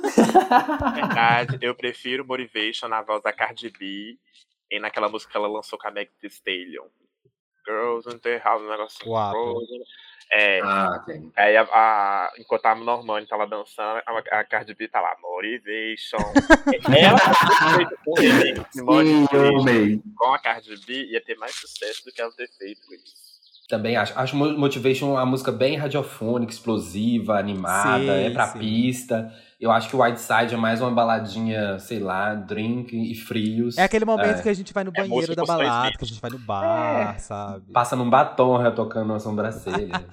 Speaker 3: É verdade, eu prefiro Motivation na voz da Cardi B e naquela música que ela lançou com a Meg Thee Stallion. Girls in the House, um negócio.
Speaker 2: Uau.
Speaker 3: Frozen. É,
Speaker 4: Ah, tem.
Speaker 3: aí a, a- enquanto a Normani tá lá dançando, a, a Cardi B tá lá, Motivation. ela fez um remix de Motivation
Speaker 4: amei.
Speaker 3: com a Cardi B ia ter mais sucesso do que ela ter feito isso.
Speaker 4: Também acho. Acho Mo- Motivation uma música bem radiofônica, explosiva, animada,
Speaker 2: Sim,
Speaker 4: é pra
Speaker 2: sim.
Speaker 4: pista. Eu acho que Whiteside é mais uma baladinha, sei lá, drink e frios.
Speaker 2: É aquele momento
Speaker 4: É.
Speaker 2: que a gente vai no banheiro
Speaker 3: música
Speaker 2: da
Speaker 3: dos três
Speaker 2: balada,
Speaker 3: meses.
Speaker 2: que a gente vai no bar, sabe?
Speaker 4: Passa num batom retocando uma sobrancelha.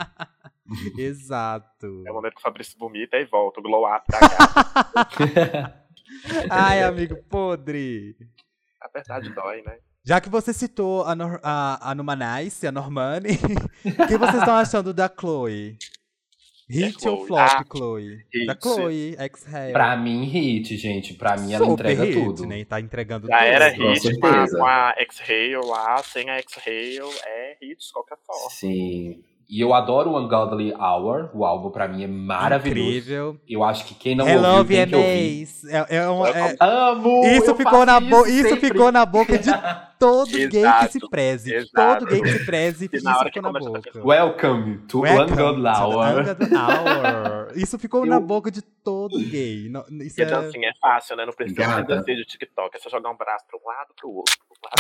Speaker 2: Exato.
Speaker 3: É o momento que o Fabrício vomita e volta, o glow up da gata.
Speaker 2: Ai, amigo, podre.
Speaker 3: A verdade dói, né?
Speaker 2: Já que você citou a, Nor a, a Numanice, a Normani, o que vocês estão achando da Chloe? Hit
Speaker 3: É
Speaker 2: ou
Speaker 3: Chloe.
Speaker 2: flop,
Speaker 3: Ah,
Speaker 2: Chloe?
Speaker 3: hit.
Speaker 2: Da Chloe, ex-Hail.
Speaker 4: pra mim, hit, gente. Pra mim, ela
Speaker 2: É. Super
Speaker 4: entrega
Speaker 2: hit,
Speaker 4: tudo.
Speaker 2: Né? Tá entregando
Speaker 3: Já
Speaker 2: tudo.
Speaker 3: era
Speaker 4: Com
Speaker 3: hit com a,
Speaker 4: certeza.
Speaker 3: com a X-Rail lá, sem a X-Rail é hit de qualquer forma.
Speaker 4: Sim. E eu adoro o Ungodly Hour. O álbum, pra mim, é maravilhoso.
Speaker 2: Incrível.
Speaker 4: Eu acho que quem não
Speaker 2: I
Speaker 4: ouviu
Speaker 2: love
Speaker 4: tem que ouvir.
Speaker 2: MAs. É, é uma- é-
Speaker 4: Amo!
Speaker 2: isso
Speaker 4: eu
Speaker 2: ficou
Speaker 4: faço
Speaker 2: na bo...
Speaker 4: isso
Speaker 2: isso,
Speaker 4: sempre.
Speaker 2: ficou na boca de todo gay que se
Speaker 3: Exato,
Speaker 2: preze.
Speaker 3: exato.
Speaker 2: Todo gay que se preze,
Speaker 3: E
Speaker 2: isso
Speaker 3: na hora que
Speaker 2: ficou na
Speaker 3: começa a assim,
Speaker 2: boca.
Speaker 3: pessoa-
Speaker 4: Welcome to
Speaker 2: Welcome to
Speaker 4: Ungodly
Speaker 2: the
Speaker 4: Hour.
Speaker 2: Ungodly Hour. Isso ficou na
Speaker 4: Eu-
Speaker 2: boca de todo gay. Não- Isso
Speaker 3: Porque
Speaker 2: é...
Speaker 3: dancinha é fácil, né? Não precisa
Speaker 1: Gata.
Speaker 3: fazer dancinha de TikTok, é só jogar um braço pra um lado, pro outro. pro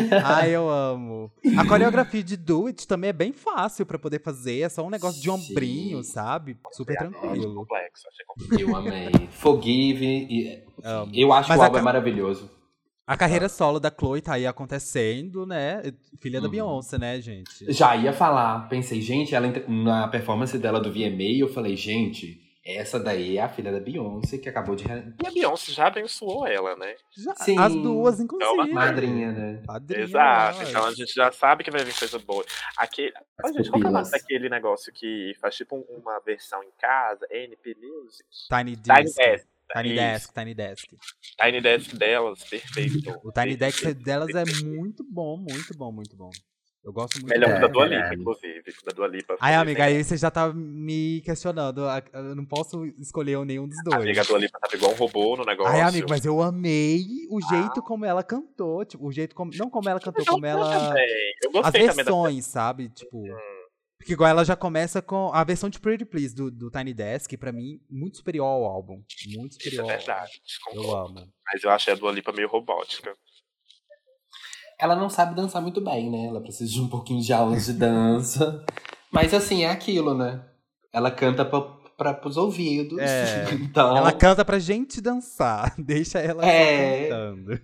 Speaker 3: lado.
Speaker 2: Ai, eu amo. A coreografia de Do It também é bem fácil pra poder fazer. É só um negócio de ombrinho, sabe? Super
Speaker 3: Achei
Speaker 2: tranquilo.
Speaker 3: complexo, é achei complexo.
Speaker 4: Eu amei. Forgive. e-
Speaker 2: Amo.
Speaker 4: Eu acho
Speaker 2: Mas
Speaker 4: que o
Speaker 2: a
Speaker 4: álbum é
Speaker 2: ca-
Speaker 4: maravilhoso.
Speaker 2: A carreira solo da Chloe tá aí acontecendo, né? Filha da
Speaker 4: Uhum.
Speaker 2: Beyoncé, né, gente?
Speaker 4: Já ia falar, pensei, gente, ela entra- na performance dela do VMA, eu falei, gente, essa daí é a filha da Beyoncé que acabou de re-
Speaker 3: E a Beyoncé já abençoou ela, né?
Speaker 2: Já-
Speaker 4: Sim.
Speaker 2: As duas, inclusive.
Speaker 4: madrinha, né?
Speaker 2: Padrinha,
Speaker 3: Então, Exato,
Speaker 2: né,
Speaker 3: então a gente já sabe que vai vir coisa boa. Aquele...
Speaker 4: As
Speaker 3: Olha, gente, qual que é o nome
Speaker 4: pupilas.
Speaker 3: daquele negócio que faz tipo um- uma versão em casa? NP Music?
Speaker 2: Tiny
Speaker 3: Tiny
Speaker 2: Desk.
Speaker 3: Desk. é
Speaker 2: Tiny
Speaker 3: isso.
Speaker 2: Desk, Tiny Desk.
Speaker 3: Tiny Desk delas, perfeito.
Speaker 2: O Tiny
Speaker 3: Perfeito.
Speaker 2: Desk delas é muito bom, muito bom, muito bom. Eu gosto muito.
Speaker 3: Melhor
Speaker 2: dela.
Speaker 3: que da Dua Lipa,
Speaker 1: caralho.
Speaker 3: inclusive. Da Dua Lipa.
Speaker 2: É, Ai, amiga, aí você já tá me questionando. a- Eu não posso escolher nenhum dos dois.
Speaker 3: A amiga Dua Lipa tava igual um robô no negócio.
Speaker 2: Ai, amigo, mas eu amei o jeito como ela cantou. Tipo, o jeito como. Não como ela cantou, como ela.
Speaker 3: Também. Eu
Speaker 2: As
Speaker 3: gostei também da Hum.
Speaker 2: versões, sabe? Tipo. Porque igual ela já começa com. A versão de Pretty Please do, do Tiny Desk, pra mim, muito superior ao álbum. Muito
Speaker 3: Isso é
Speaker 2: superior. ao álbum.
Speaker 3: verdade.
Speaker 2: Eu
Speaker 3: concordo.
Speaker 2: amo.
Speaker 3: Mas eu achei a Dua Lipa meio robótica.
Speaker 4: Ela não sabe dançar muito bem, né? Ela precisa de um pouquinho de aulas de dança. Mas assim, é aquilo, né? Ela canta pra, para os ouvidos.
Speaker 2: É.
Speaker 4: Então,
Speaker 2: Ela canta pra gente dançar. Deixa ela só
Speaker 4: É.
Speaker 2: cantando.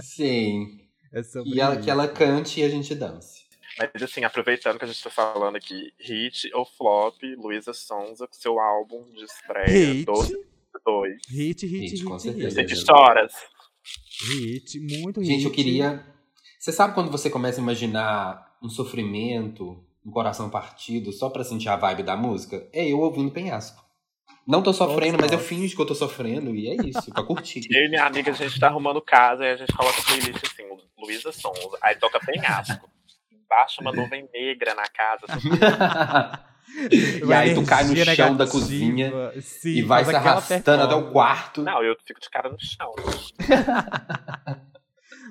Speaker 4: sim.
Speaker 2: É sobre
Speaker 4: E ela,
Speaker 2: isso.
Speaker 4: que ela cante e a gente dance.
Speaker 3: Mas assim, aproveitando que a gente tá falando aqui, hit ou flop, Luísa Sonza com seu álbum de estreia,
Speaker 2: Hit,
Speaker 3: 12 2.
Speaker 2: hit, hit,
Speaker 4: Hit,
Speaker 2: hit,
Speaker 4: com
Speaker 2: hit,
Speaker 4: certeza.
Speaker 3: Sei
Speaker 2: hit,
Speaker 3: que choras.
Speaker 2: muito hit.
Speaker 4: Gente, eu queria. Você sabe quando você começa a imaginar um sofrimento, um coração partido, só pra sentir a vibe da música? É eu ouvindo penhasco. Não tô sofrendo, mas eu finjo que eu tô sofrendo e é isso, pra curtir.
Speaker 3: Eu e minha amiga, a gente tá arrumando casa e a gente coloca playlist assim, Luísa Sonza. Aí toca penhasco. Baixa uma nuvem negra na casa. assim,
Speaker 4: e aí tu cai no chão
Speaker 2: Energia
Speaker 4: da
Speaker 2: negativa.
Speaker 4: cozinha
Speaker 2: Sim,
Speaker 4: e vai
Speaker 2: faz
Speaker 4: se
Speaker 2: aquela
Speaker 4: arrastando até o
Speaker 2: performance.
Speaker 4: quarto.
Speaker 3: Não, eu fico de cara no chão.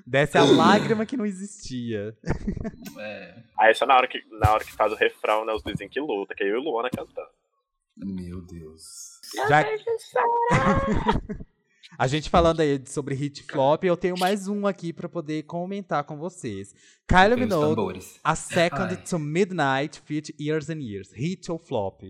Speaker 2: Desce a lágrima que não existia.
Speaker 4: É.
Speaker 3: Aí só na hora que, na hora que faz o refrão, né, os vizinhos que luta, que é eu e Luana cantando.
Speaker 4: Meu Deus.
Speaker 2: Já- A gente falando aí de- sobre hit flop, eu tenho mais um aqui pra poder comentar com vocês. Kylie
Speaker 4: Tem os
Speaker 2: Minogue,
Speaker 4: tambores.
Speaker 2: A Second
Speaker 4: Ai.
Speaker 2: to Midnight, feat Years and Years. Hit ou flop?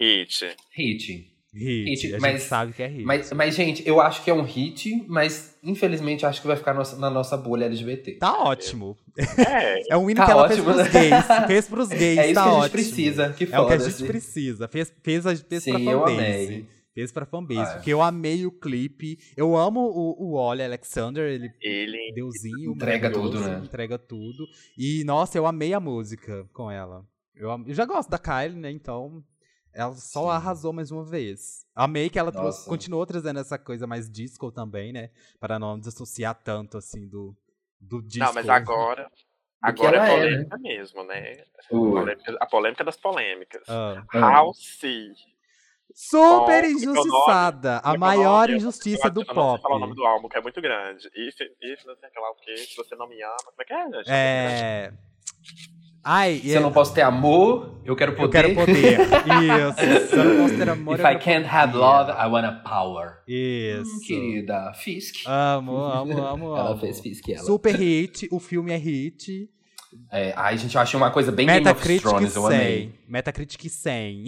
Speaker 3: Hit.
Speaker 4: Hit.
Speaker 2: Hit,
Speaker 4: Hit,
Speaker 2: a
Speaker 4: mas-
Speaker 2: gente sabe que é hit.
Speaker 4: Mas, mas, gente, eu acho que é um hit, mas infelizmente eu acho que vai ficar nossa- na nossa bolha LGBT.
Speaker 2: Tá ótimo.
Speaker 3: É,
Speaker 2: É um hino
Speaker 4: Tá
Speaker 2: que ela
Speaker 4: ótimo,
Speaker 2: fez pros gays. Fez pros gays,
Speaker 4: é isso
Speaker 2: tá
Speaker 4: que a gente
Speaker 2: ótimo.
Speaker 4: precisa. Que
Speaker 2: É o que a
Speaker 4: foda-se.
Speaker 2: gente precisa. Fez, fez, a- fez pra
Speaker 4: Sim, eu
Speaker 2: fanbase.
Speaker 4: amei.
Speaker 2: Fez pra fanbase.
Speaker 4: Ah, é.
Speaker 2: Porque eu amei o clipe. Eu amo o, o Wally Alexander. Ele
Speaker 3: ele.
Speaker 2: deusinho.
Speaker 4: Entrega
Speaker 2: maravilhoso,
Speaker 4: tudo, né?
Speaker 2: Entrega tudo. E, nossa, eu amei a música com ela. Eu, am- eu já gosto da Kylie, né? Então, ela só
Speaker 4: Sim.
Speaker 2: arrasou mais uma vez. Amei que ela trouxe-
Speaker 4: Nossa.
Speaker 2: continuou trazendo essa coisa mais disco também, né? Para não desassociar tanto, assim, do, do disco.
Speaker 3: Não, mas agora.
Speaker 4: Do que
Speaker 3: Agora
Speaker 4: ela
Speaker 3: é
Speaker 4: é,
Speaker 3: polêmica mesmo, né? Polêmica- a polêmica das polêmicas.
Speaker 2: Ah.
Speaker 3: House.
Speaker 2: Super
Speaker 3: Bom,
Speaker 2: injustiçada. A
Speaker 3: meu
Speaker 2: maior
Speaker 3: nome-
Speaker 2: injustiça é
Speaker 3: eu-
Speaker 2: do
Speaker 3: eu não sei
Speaker 2: pop.
Speaker 3: falar o nome do álbum, que é muito grande. If, if não sei o que lá, o que, se você não me ama. Como é que é, gente?
Speaker 2: É. Ai,
Speaker 4: Se eu não posso ter amor, eu quero
Speaker 2: é eu
Speaker 4: poder.
Speaker 2: quero poder. Isso. Se eu não posso ter amor,
Speaker 4: If
Speaker 2: eu
Speaker 4: I
Speaker 2: quero
Speaker 4: can't have love, I wanna power. Hum,
Speaker 2: Isso.
Speaker 4: Querida, Fisk.
Speaker 2: Amo, amo, amo, amo.
Speaker 4: Ela fez Fisk, ela.
Speaker 2: Super hit, o filme é hit.
Speaker 4: É, ai, gente, eu achei uma coisa bem Game of
Speaker 2: Metacritic
Speaker 4: Thrones, eu amei.
Speaker 2: 100. Metacritic 100.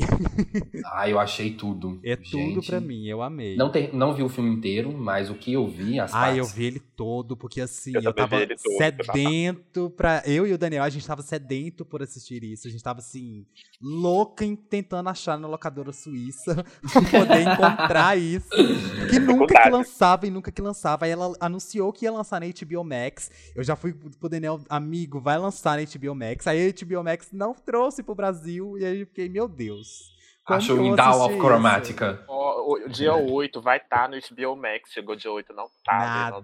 Speaker 4: Ai, eu achei tudo.
Speaker 2: É tudo
Speaker 4: Gente,
Speaker 2: pra mim, eu amei.
Speaker 4: Não, tem, não vi o filme inteiro, mas o que eu vi, assim, as
Speaker 2: Ai, Ah, eu
Speaker 4: partes-
Speaker 2: vi ele todo, porque assim,
Speaker 3: Eu
Speaker 2: eu,
Speaker 3: também vi
Speaker 2: tava
Speaker 3: ele todo,
Speaker 2: sedento pra. Eu e o Daniel, a gente tava sedento por assistir isso. A gente tava assim, louca em tentando achar na locadora suíça pra poder encontrar isso.
Speaker 3: É
Speaker 2: Que nunca que
Speaker 3: Dificuldade.
Speaker 2: lançava e nunca que lançava. Aí ela anunciou que ia lançar na HBO Max. Eu já fui pro Daniel, amigo, vai lançar na HBO Max. Aí a HBO Max não trouxe pro Brasil. E aí eu fiquei, meu Deus. como
Speaker 4: Achou
Speaker 2: que eu
Speaker 4: em Down
Speaker 2: assisti
Speaker 4: of
Speaker 2: isso?
Speaker 4: Chromatica.
Speaker 3: Ó, o- o dia 8 vai estar no HBO Max. Chegou dia 8, não tá.
Speaker 2: Hum. Nada,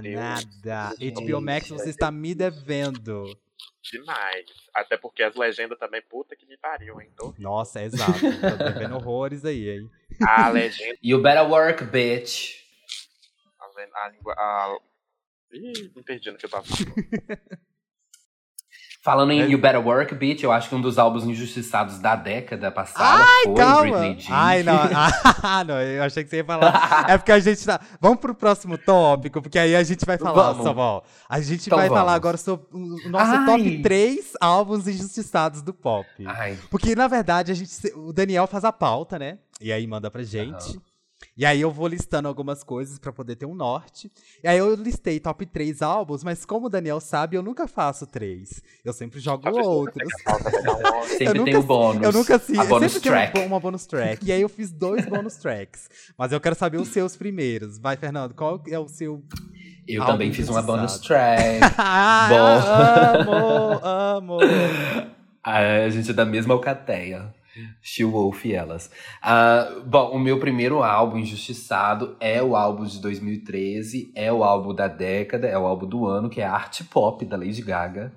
Speaker 3: meu Deus,
Speaker 2: nada. HBO Max,
Speaker 4: Gente,
Speaker 2: você está me devendo.
Speaker 3: Demais. Até porque as legendas também, puta que me pariu, hein? Então,
Speaker 2: Nossa, é exato. Tô devendo horrores aí, hein?
Speaker 3: a legenda,
Speaker 4: You better work, bitch.
Speaker 3: a, le- a língua. A... Ih, me perdi no que eu tava falando.
Speaker 4: Falando em
Speaker 2: É.
Speaker 4: You Better Work, bitch, eu acho que um dos álbuns injustiçados da década passada foi Britney Jean.
Speaker 2: Ai, não. Ah, não, eu achei que você ia falar. É porque a gente tá. Vamos pro próximo tópico, porque aí a gente vai falar,
Speaker 4: Vamos.
Speaker 2: Samuel. A gente
Speaker 4: Então
Speaker 2: vai falar
Speaker 4: vamos.
Speaker 2: agora sobre o nosso
Speaker 4: Ai.
Speaker 2: top 3 álbuns injustiçados do pop.
Speaker 4: Ai,
Speaker 2: Porque, na verdade, a gente, se- o Daniel faz a pauta, né? E aí manda pra gente. E aí eu vou listando algumas coisas pra poder ter um norte. E aí eu listei top 3 álbuns, mas como o Daniel sabe, eu nunca faço três. Eu sempre jogo
Speaker 3: Talvez não
Speaker 2: outros.
Speaker 3: um
Speaker 4: sempre
Speaker 2: Eu
Speaker 4: tem
Speaker 2: nunca-
Speaker 4: o bônus.
Speaker 2: Eu nunca assisti.
Speaker 4: A bônus
Speaker 2: sempre tem
Speaker 4: track.
Speaker 2: um bo- uma bonus track. E aí eu fiz dois bônus tracks. Mas eu quero saber os seus primeiros. Vai, Fernando, qual é o seu.
Speaker 4: Eu
Speaker 2: álbum
Speaker 4: também fiz uma bônus
Speaker 2: injustiçado.
Speaker 4: track.
Speaker 2: Ah, amo, amo.
Speaker 4: a gente é da mesma alcateia. She Wolf e elas. Ah, bom, o meu primeiro álbum injustiçado é o álbum de 2013, é o álbum da década, é o álbum do ano, que é Art Pop da Lady Gaga.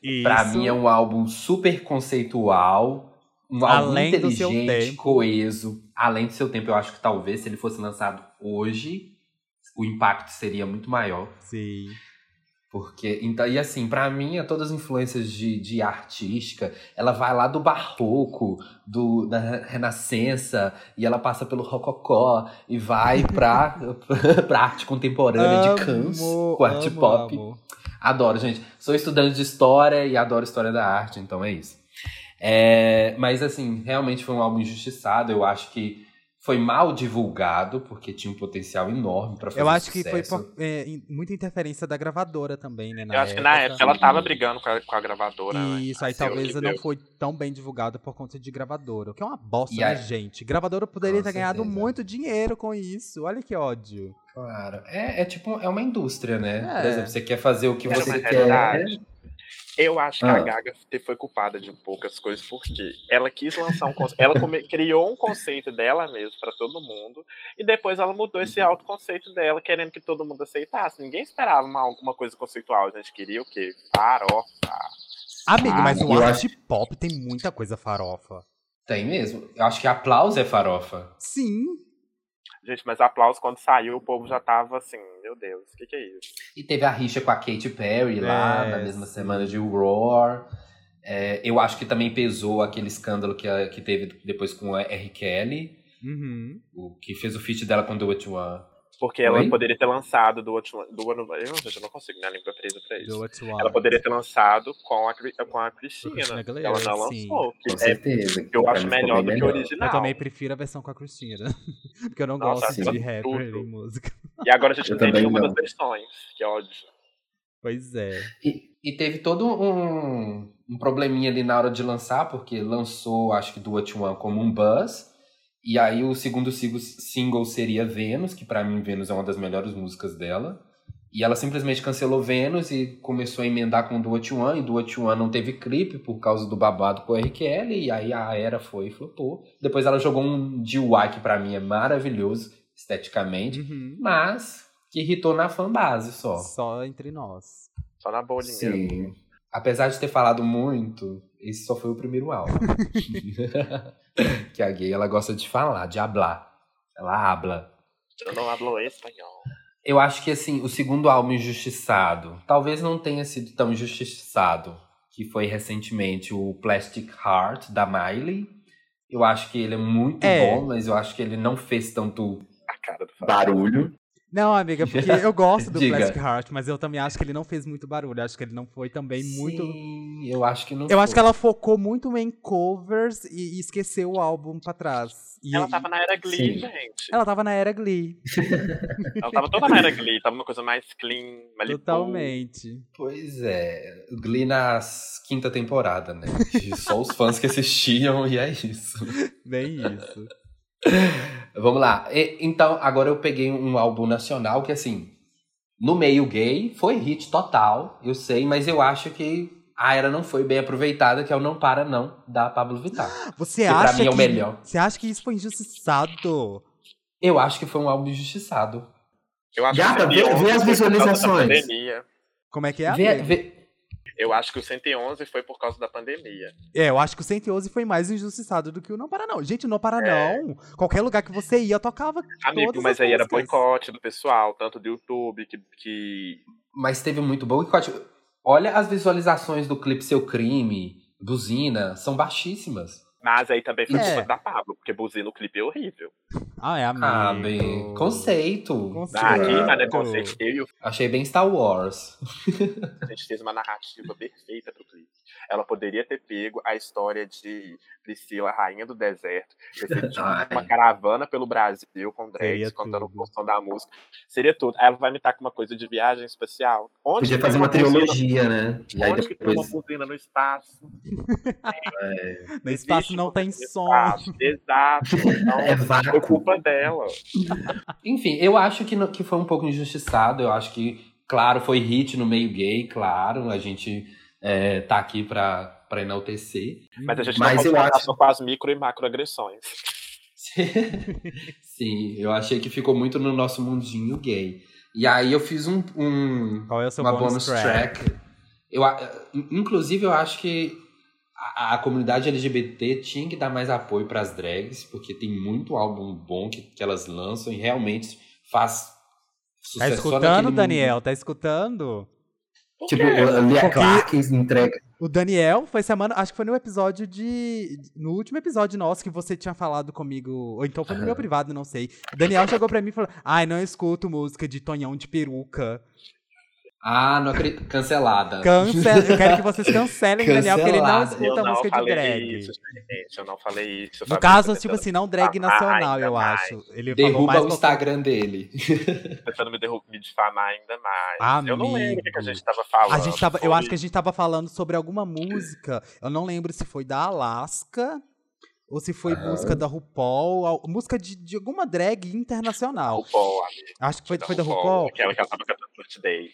Speaker 2: Isso.
Speaker 4: Pra mim é um álbum super conceitual, um álbum
Speaker 2: Além do seu
Speaker 4: inteligente,
Speaker 2: tempo.
Speaker 4: coeso, além do seu tempo. Eu acho que talvez se ele fosse lançado hoje, o impacto seria muito maior.
Speaker 2: Sim.
Speaker 4: Porque, então, e assim, pra mim, todas as influências de, de artística, ela vai lá do barroco, do, da re- renascença, e ela passa pelo rococó, e vai pra, pra arte contemporânea de Kans,
Speaker 2: Amo,
Speaker 4: com arte
Speaker 2: amo,
Speaker 4: pop.
Speaker 2: amo.
Speaker 4: Adoro, gente. Sou estudante de história e adoro história da arte, então é isso. É, mas assim, realmente foi um álbum injustiçado. Eu acho que foi mal divulgado, porque tinha um potencial enorme pra fazer
Speaker 2: Eu acho que foi
Speaker 4: sucesso.
Speaker 2: por- é, em- muita interferência da gravadora também, né?
Speaker 3: eu acho que na época ela
Speaker 4: sim.
Speaker 3: tava brigando com a, com a gravadora. né?
Speaker 2: Isso, aí
Speaker 3: Assim, eu
Speaker 2: talvez
Speaker 3: que
Speaker 2: não
Speaker 3: deu.
Speaker 2: foi tão bem divulgado por conta de gravadora, o que é uma bosta,
Speaker 4: E
Speaker 2: né,
Speaker 4: aí-
Speaker 2: gente? Gravadora poderia
Speaker 4: Com
Speaker 2: ter ganhado
Speaker 4: certeza.
Speaker 2: muito dinheiro com isso, olha que ódio.
Speaker 4: Claro. É, é tipo, é uma indústria, né?
Speaker 2: É.
Speaker 4: Por exemplo, você quer fazer o que
Speaker 3: Era
Speaker 4: você
Speaker 3: É uma
Speaker 4: quer.
Speaker 3: realidade. Eu acho que
Speaker 4: Ah.
Speaker 3: a Gaga te- foi culpada de poucas coisas, porque ela quis lançar um conceito. Ela come- criou um conceito dela mesmo pra todo mundo, e depois ela mudou esse autoconceito dela, querendo que todo mundo aceitasse. Ninguém esperava uma, alguma coisa conceitual. A gente queria o quê? Farofa.
Speaker 2: Amigo,
Speaker 4: Ah,
Speaker 2: mas o
Speaker 4: eu
Speaker 2: art pop tem muita coisa farofa.
Speaker 4: Tem mesmo. Eu acho que aplauso é farofa.
Speaker 2: Sim,
Speaker 3: Gente, mas aplauso quando saiu, o povo já tava assim, meu Deus, o que, que é isso?
Speaker 4: E teve a rixa com a Katy Perry lá,
Speaker 2: É,
Speaker 4: na mesma
Speaker 2: sim.
Speaker 4: semana de Roar. É, eu acho que também pesou aquele escândalo que, a- que teve depois com a R. Kelly,
Speaker 2: uhum.
Speaker 4: o, que fez o feat dela com Do What You Want.
Speaker 3: Porque ela
Speaker 4: Oi?
Speaker 3: poderia ter lançado do outro do ano. Eu, gente, eu não consigo, minha língua é presa pra isso.
Speaker 2: Do What You
Speaker 3: Ela
Speaker 2: Want.
Speaker 3: poderia ter lançado com a, Cri- com a
Speaker 2: Christina
Speaker 3: Cristina.
Speaker 2: Aguilera,
Speaker 3: Ela não
Speaker 2: sim.
Speaker 3: lançou. Que
Speaker 5: Com
Speaker 3: é
Speaker 5: certeza.
Speaker 3: que eu
Speaker 5: pra
Speaker 3: acho
Speaker 5: mim ficou
Speaker 3: melhor
Speaker 5: bem
Speaker 4: é
Speaker 3: do que o original.
Speaker 2: Eu também prefiro a versão com a Christina, porque eu não
Speaker 3: Nossa,
Speaker 2: gosto
Speaker 5: sim.
Speaker 2: de rapper
Speaker 3: Tudo.
Speaker 2: em música.
Speaker 3: E agora a gente
Speaker 5: Eu
Speaker 3: não tem
Speaker 5: também
Speaker 3: nenhuma
Speaker 5: não.
Speaker 3: das versões. Que é ódio.
Speaker 2: Pois é.
Speaker 4: E, e teve todo um, um probleminha ali na hora de lançar, porque lançou, acho que, do What You Want como um buzz. E aí o segundo sig- single seria Vênus, que pra mim Vênus é uma das melhores músicas dela. E ela simplesmente cancelou Vênus e começou a emendar com Do What You Want, e Do What You Want não teve clipe por causa do babado com a RQL, e aí a era foi e flopou. Depois ela jogou um DIY que pra mim é maravilhoso, esteticamente,
Speaker 2: Uhum.
Speaker 4: mas que irritou na fanbase só.
Speaker 2: Só entre nós.
Speaker 3: Só na bolinha.
Speaker 5: Sim.
Speaker 4: Apesar de ter falado muito, esse só foi o primeiro álbum. que a gay, ela gosta de falar, de hablar. Ela habla.
Speaker 3: Eu não hablo espanhol.
Speaker 4: Eu acho que, assim, o segundo álbum injustiçado, talvez não tenha sido tão injustiçado, que foi recentemente o Plastic Heart, da Miley. Eu acho que ele é muito
Speaker 2: É.
Speaker 4: bom, mas eu acho que ele não fez tanto...
Speaker 3: A cara do Fábio.
Speaker 5: Barulho.
Speaker 2: Não, amiga, porque eu gosto do
Speaker 4: Diga.
Speaker 2: Plastic Heart, mas eu também acho que ele não fez muito barulho. Acho que ele não foi também muito
Speaker 4: Sim, eu acho que não
Speaker 2: Eu acho que
Speaker 4: foi.
Speaker 2: ela focou muito em covers e, e esqueceu o álbum pra trás. E-
Speaker 3: Ela tava na era Glee,
Speaker 5: Sim.
Speaker 3: gente.
Speaker 2: ela tava na era Glee,
Speaker 3: Ela tava toda na era Glee. Tava uma coisa mais clean, Malibu.
Speaker 2: totalmente.
Speaker 4: Pois é, Glee na quinta temporada, né? E Só os fãs que assistiam e é isso.
Speaker 2: Bem isso.
Speaker 4: Vamos lá. E- então, agora eu peguei um álbum nacional que, assim, no meio gay, foi hit total, eu sei, mas eu acho que a era não foi bem aproveitada, que é o Não Para Não, da Pablo Vittar.
Speaker 2: Você
Speaker 4: pra
Speaker 2: acha
Speaker 4: mim é o
Speaker 2: que,
Speaker 4: melhor.
Speaker 2: Você acha que isso foi injustiçado?
Speaker 4: Eu acho que foi um álbum injustiçado.
Speaker 3: Eu acho
Speaker 5: Gata,
Speaker 3: que o 111
Speaker 5: tá vê-
Speaker 3: foi por
Speaker 5: vê as
Speaker 3: causa da
Speaker 5: visualizações.
Speaker 3: pandemia.
Speaker 2: Como é que é?
Speaker 4: Vê-
Speaker 2: amigo?
Speaker 4: vê-
Speaker 3: Eu acho que o 111 foi por causa da pandemia.
Speaker 2: É, eu acho que o 111 foi mais injustiçado do que o Não Para Não. Gente, o Não Para Não, qualquer lugar que você ia, tocava
Speaker 3: Amigo,
Speaker 2: todas
Speaker 3: mas
Speaker 2: as
Speaker 3: aí era
Speaker 2: músicas.
Speaker 3: boicote do pessoal, tanto do YouTube, que, que
Speaker 4: mas teve muito boicote. Olha as visualizações do clipe Seu Crime, Buzina, são baixíssimas.
Speaker 3: Mas aí também foi
Speaker 2: É.
Speaker 3: culpa da Pablo, porque buzina o clipe é horrível.
Speaker 2: Ah, é, amigo.
Speaker 4: Ah, bem, conceito.
Speaker 2: Conceito.
Speaker 3: Ah, aqui,
Speaker 5: Claro.
Speaker 3: mas é conceito. Eu e o
Speaker 4: Achei bem Star Wars.
Speaker 3: a gente fez uma narrativa perfeita pro clipe. Ela poderia ter pego a história de Priscila, rainha do deserto, ter sido tipo
Speaker 5: Ai.
Speaker 3: uma caravana pelo Brasil com
Speaker 2: Seria
Speaker 3: dreads, contando a
Speaker 2: tudo.
Speaker 3: função da música. Seria tudo. Aí ela vai imitar com uma coisa de viagem espacial. Onde
Speaker 5: Podia
Speaker 3: que
Speaker 5: fazer
Speaker 3: tem
Speaker 5: uma
Speaker 3: buzina-
Speaker 5: trilogia, né? E aí
Speaker 3: Onde que tem uma
Speaker 5: depois.
Speaker 3: buzina no espaço?
Speaker 2: No espaço
Speaker 3: Existe
Speaker 2: não tem
Speaker 3: buzina no
Speaker 2: som.
Speaker 3: espaço. Exato.
Speaker 5: É
Speaker 3: Então, foi
Speaker 5: vácuo.
Speaker 3: culpa dela.
Speaker 4: Enfim, eu acho que, no- que foi um pouco injustiçado. Eu acho que, claro, foi hit no meio gay, claro. A gente é, tá aqui pra, pra enaltecer.
Speaker 3: Mas a gente
Speaker 5: Mas
Speaker 3: não pode
Speaker 5: eu
Speaker 3: tratar
Speaker 5: acho-
Speaker 3: só com as micro e macroagressões.
Speaker 4: Sim, eu achei que ficou muito no nosso mundinho gay. E aí eu fiz um, um-
Speaker 2: Qual é o seu
Speaker 4: uma
Speaker 2: bonus, track?
Speaker 4: Eu, a- inclusive, eu acho que a, a comunidade LGBT tinha que dar mais apoio para as drags, porque tem muito álbum bom que, que elas lançam e realmente faz sucesso.
Speaker 2: Tá
Speaker 4: só
Speaker 2: escutando,
Speaker 4: naquele
Speaker 2: Daniel? Tá escutando?
Speaker 5: Tipo, a Lia Clark entrega.
Speaker 2: O Daniel foi semana, acho que foi no episódio de. No último episódio nosso que você tinha falado comigo, ou então foi no meu privado, não sei. O Daniel chegou pra mim e falou: Ai, não escuto música de Tonhão de peruca.
Speaker 4: Ah, não acredito. Cancelada.
Speaker 2: Cancela. Eu quero que vocês cancelem o Daniel, porque ele não
Speaker 4: Cancelada.
Speaker 2: escuta música de
Speaker 3: falei
Speaker 2: drag.
Speaker 3: isso, gente. Eu não falei isso.
Speaker 2: No
Speaker 3: Fabrício,
Speaker 2: caso, tipo
Speaker 3: tá tentando-
Speaker 2: assim, não drag
Speaker 3: difamar
Speaker 2: nacional,
Speaker 3: ainda
Speaker 2: eu
Speaker 3: mais.
Speaker 2: acho. Ele falou
Speaker 4: Derruba
Speaker 2: mais
Speaker 4: o Instagram dele.
Speaker 3: Tentando me, derru- me difamar ainda mais.
Speaker 2: Ah,
Speaker 3: Eu não lembro o que que a
Speaker 2: Amigo.
Speaker 3: gente tava falando.
Speaker 2: A gente tava, eu acho que
Speaker 3: sobre-
Speaker 2: a gente tava falando sobre alguma música. Eu não lembro se foi da Alaska ou se foi
Speaker 5: Aham.
Speaker 2: música da RuPaul, al- música de, de alguma drag internacional.
Speaker 3: RuPaul, amigo,
Speaker 2: Acho que foi, foi da RuPaul.
Speaker 4: é
Speaker 3: Aquela que ela tava cantando First Day.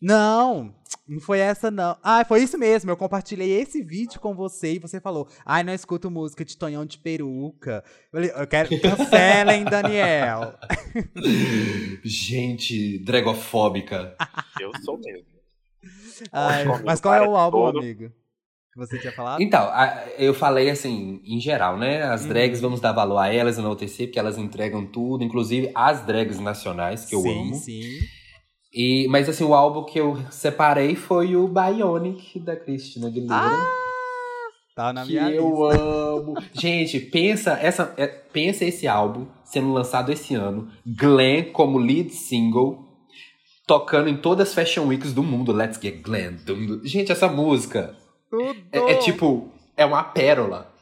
Speaker 2: Não, não foi essa não. Ah, foi isso mesmo. Eu compartilhei esse vídeo com você e você falou: "Ai, não escuto música de Tonhão de peruca". Eu falei, eu quero cancelem Daniel.
Speaker 4: Gente, dragofóbica.
Speaker 3: Eu sou mesmo.
Speaker 2: Ai,
Speaker 3: Ótimo,
Speaker 2: mas qual é o
Speaker 3: parece
Speaker 2: álbum,
Speaker 3: todo.
Speaker 2: amigo? Que você tinha falado?
Speaker 4: Então, a- eu falei assim, em geral, né?
Speaker 2: Uhum.
Speaker 4: As drags, vamos dar valor a elas, enaltecer, porque elas entregam tudo, inclusive as drags nacionais, Então, que eu
Speaker 2: sim,
Speaker 4: amo.
Speaker 2: sim.
Speaker 4: E, mas assim, o álbum que eu separei foi o Bionic da Cristina Aguilera.
Speaker 2: Ah, Tá na
Speaker 4: que
Speaker 2: minha
Speaker 4: eu
Speaker 2: lista.
Speaker 4: amo. Gente, pensa, essa, é, pensa esse álbum sendo lançado esse ano. Glenn como lead single. Tocando em todas as Fashion Weeks do mundo. Let's get Glenn. Dum, dum. Gente, essa música
Speaker 2: Tudo.
Speaker 4: é, é tipo. É uma pérola.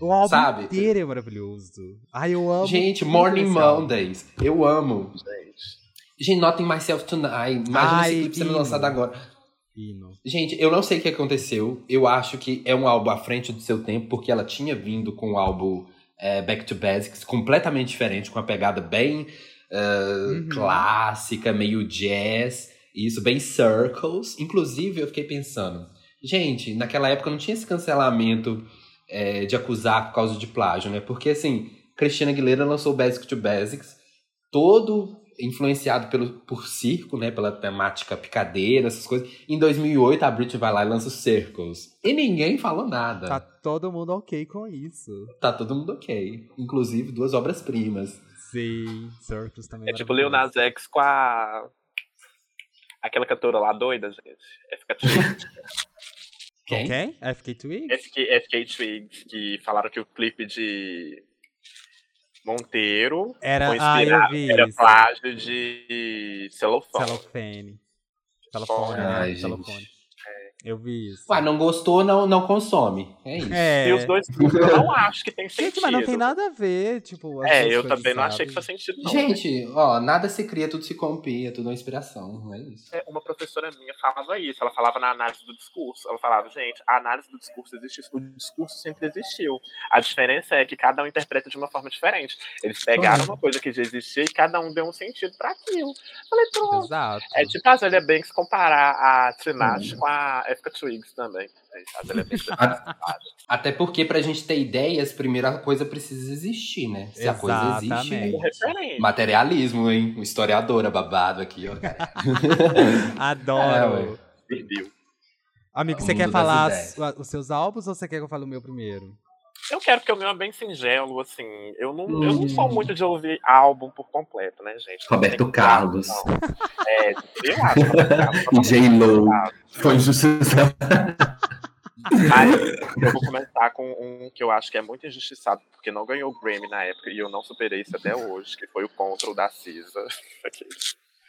Speaker 2: O Um álbum
Speaker 4: sabe?
Speaker 2: inteiro é maravilhoso. Ai, eu amo.
Speaker 4: Gente,
Speaker 2: tudo
Speaker 4: Morning
Speaker 2: desse álbum.
Speaker 4: Mondays. Eu amo.
Speaker 3: Gente.
Speaker 4: Gente, Nothing Myself Tonight. Imagina
Speaker 2: Ai,
Speaker 4: esse clipe sendo
Speaker 2: lindo.
Speaker 4: lançado agora.
Speaker 2: Hino.
Speaker 4: Gente, eu não sei o que aconteceu. Eu acho que é um álbum à frente do seu tempo, porque ela tinha vindo com um álbum é, Back to Basics completamente diferente, com uma pegada bem é,
Speaker 2: Uhum.
Speaker 4: clássica, meio jazz, isso, bem circles. Inclusive, eu fiquei pensando, gente, naquela época não tinha esse cancelamento é, de acusar por causa de plágio, né? Porque assim, Cristina Aguilera lançou Basic to Basics, todo influenciado pelo, por circo, né? Pela temática picadeira, essas coisas. Em 2008, a Brit vai lá e lança o Circles. E ninguém falou nada.
Speaker 2: Tá
Speaker 4: Tá,
Speaker 2: todo mundo ok com isso.
Speaker 4: todo mundo ok. Inclusive, duas obras-primas.
Speaker 2: Sim, Circus também.
Speaker 3: É tipo Lil Nas X com a. Aquela cantora lá doida, gente. É FK Twigs.
Speaker 4: Quem?
Speaker 2: Quem? Ah, FK Twig?
Speaker 3: FK, FK Twigs, que falaram que o clipe de Monteiro
Speaker 2: Era.
Speaker 3: foi
Speaker 2: Ah, eu
Speaker 3: inspirado,
Speaker 2: vi.
Speaker 3: era
Speaker 2: isso.
Speaker 3: plágio de Celofone.
Speaker 2: Celofane. Celofone, né?
Speaker 5: Ai, gente.
Speaker 2: Celofone. Eu vi isso.
Speaker 4: Ué, não gostou, não, não consome. É isso.
Speaker 2: É.
Speaker 3: E os dois, eu não acho que tem sentido.
Speaker 2: Gente, mas não tem nada a ver, tipo. as
Speaker 3: É,
Speaker 2: duas
Speaker 3: eu
Speaker 2: coisas,
Speaker 3: também não
Speaker 2: sabe?
Speaker 3: achei que faz sentido, não.
Speaker 4: Gente, ó, nada se cria, tudo se compia, tudo é uma inspiração, não é isso?
Speaker 3: É, Uma professora minha falava isso, ela falava na análise do discurso. Ela falava, gente, a análise do discurso existe, o discurso sempre existiu. A diferença é que cada um interpreta de uma forma diferente. Eles pegaram uma coisa que já existia e cada um deu um sentido pra aquilo. Eu Falei, pronto.
Speaker 2: Exato.
Speaker 3: É tipo a Zélia Banks comparar a Tinashe
Speaker 5: Uhum.
Speaker 3: com a Efka Twigs também. A Zélia Banks
Speaker 4: Até porque, pra gente ter ideias, primeiro a coisa precisa existir, né? Se a coisa
Speaker 2: Exatamente.
Speaker 4: existe.
Speaker 3: é referente.
Speaker 4: Materialismo, hein? O historiadora babado aqui, ó.
Speaker 3: tipo-
Speaker 4: É,
Speaker 2: Adoro.
Speaker 4: ué.
Speaker 3: Entendeu?
Speaker 2: Amigo,
Speaker 4: O
Speaker 2: você quer
Speaker 4: mundo das
Speaker 2: falar
Speaker 4: ideias.
Speaker 2: as- os seus álbuns ou você quer que eu fale o meu primeiro?
Speaker 3: Eu quero porque o meu é bem singelo, assim. Eu não, eu não sou muito de ouvir álbum por completo, né, gente? Não
Speaker 5: Uhum. Roberto
Speaker 3: tem que-
Speaker 5: Carlos.
Speaker 3: não. É, eu acho. Roberto Carlos, tá bom.
Speaker 5: J-Lo.
Speaker 3: Tá.
Speaker 2: um
Speaker 5: Foi injustiça.
Speaker 3: Mas eu vou começar com um que eu acho que é muito injustiçado, porque não ganhou o Grammy na época e eu não superei isso até hoje, que foi o Control da Cisa.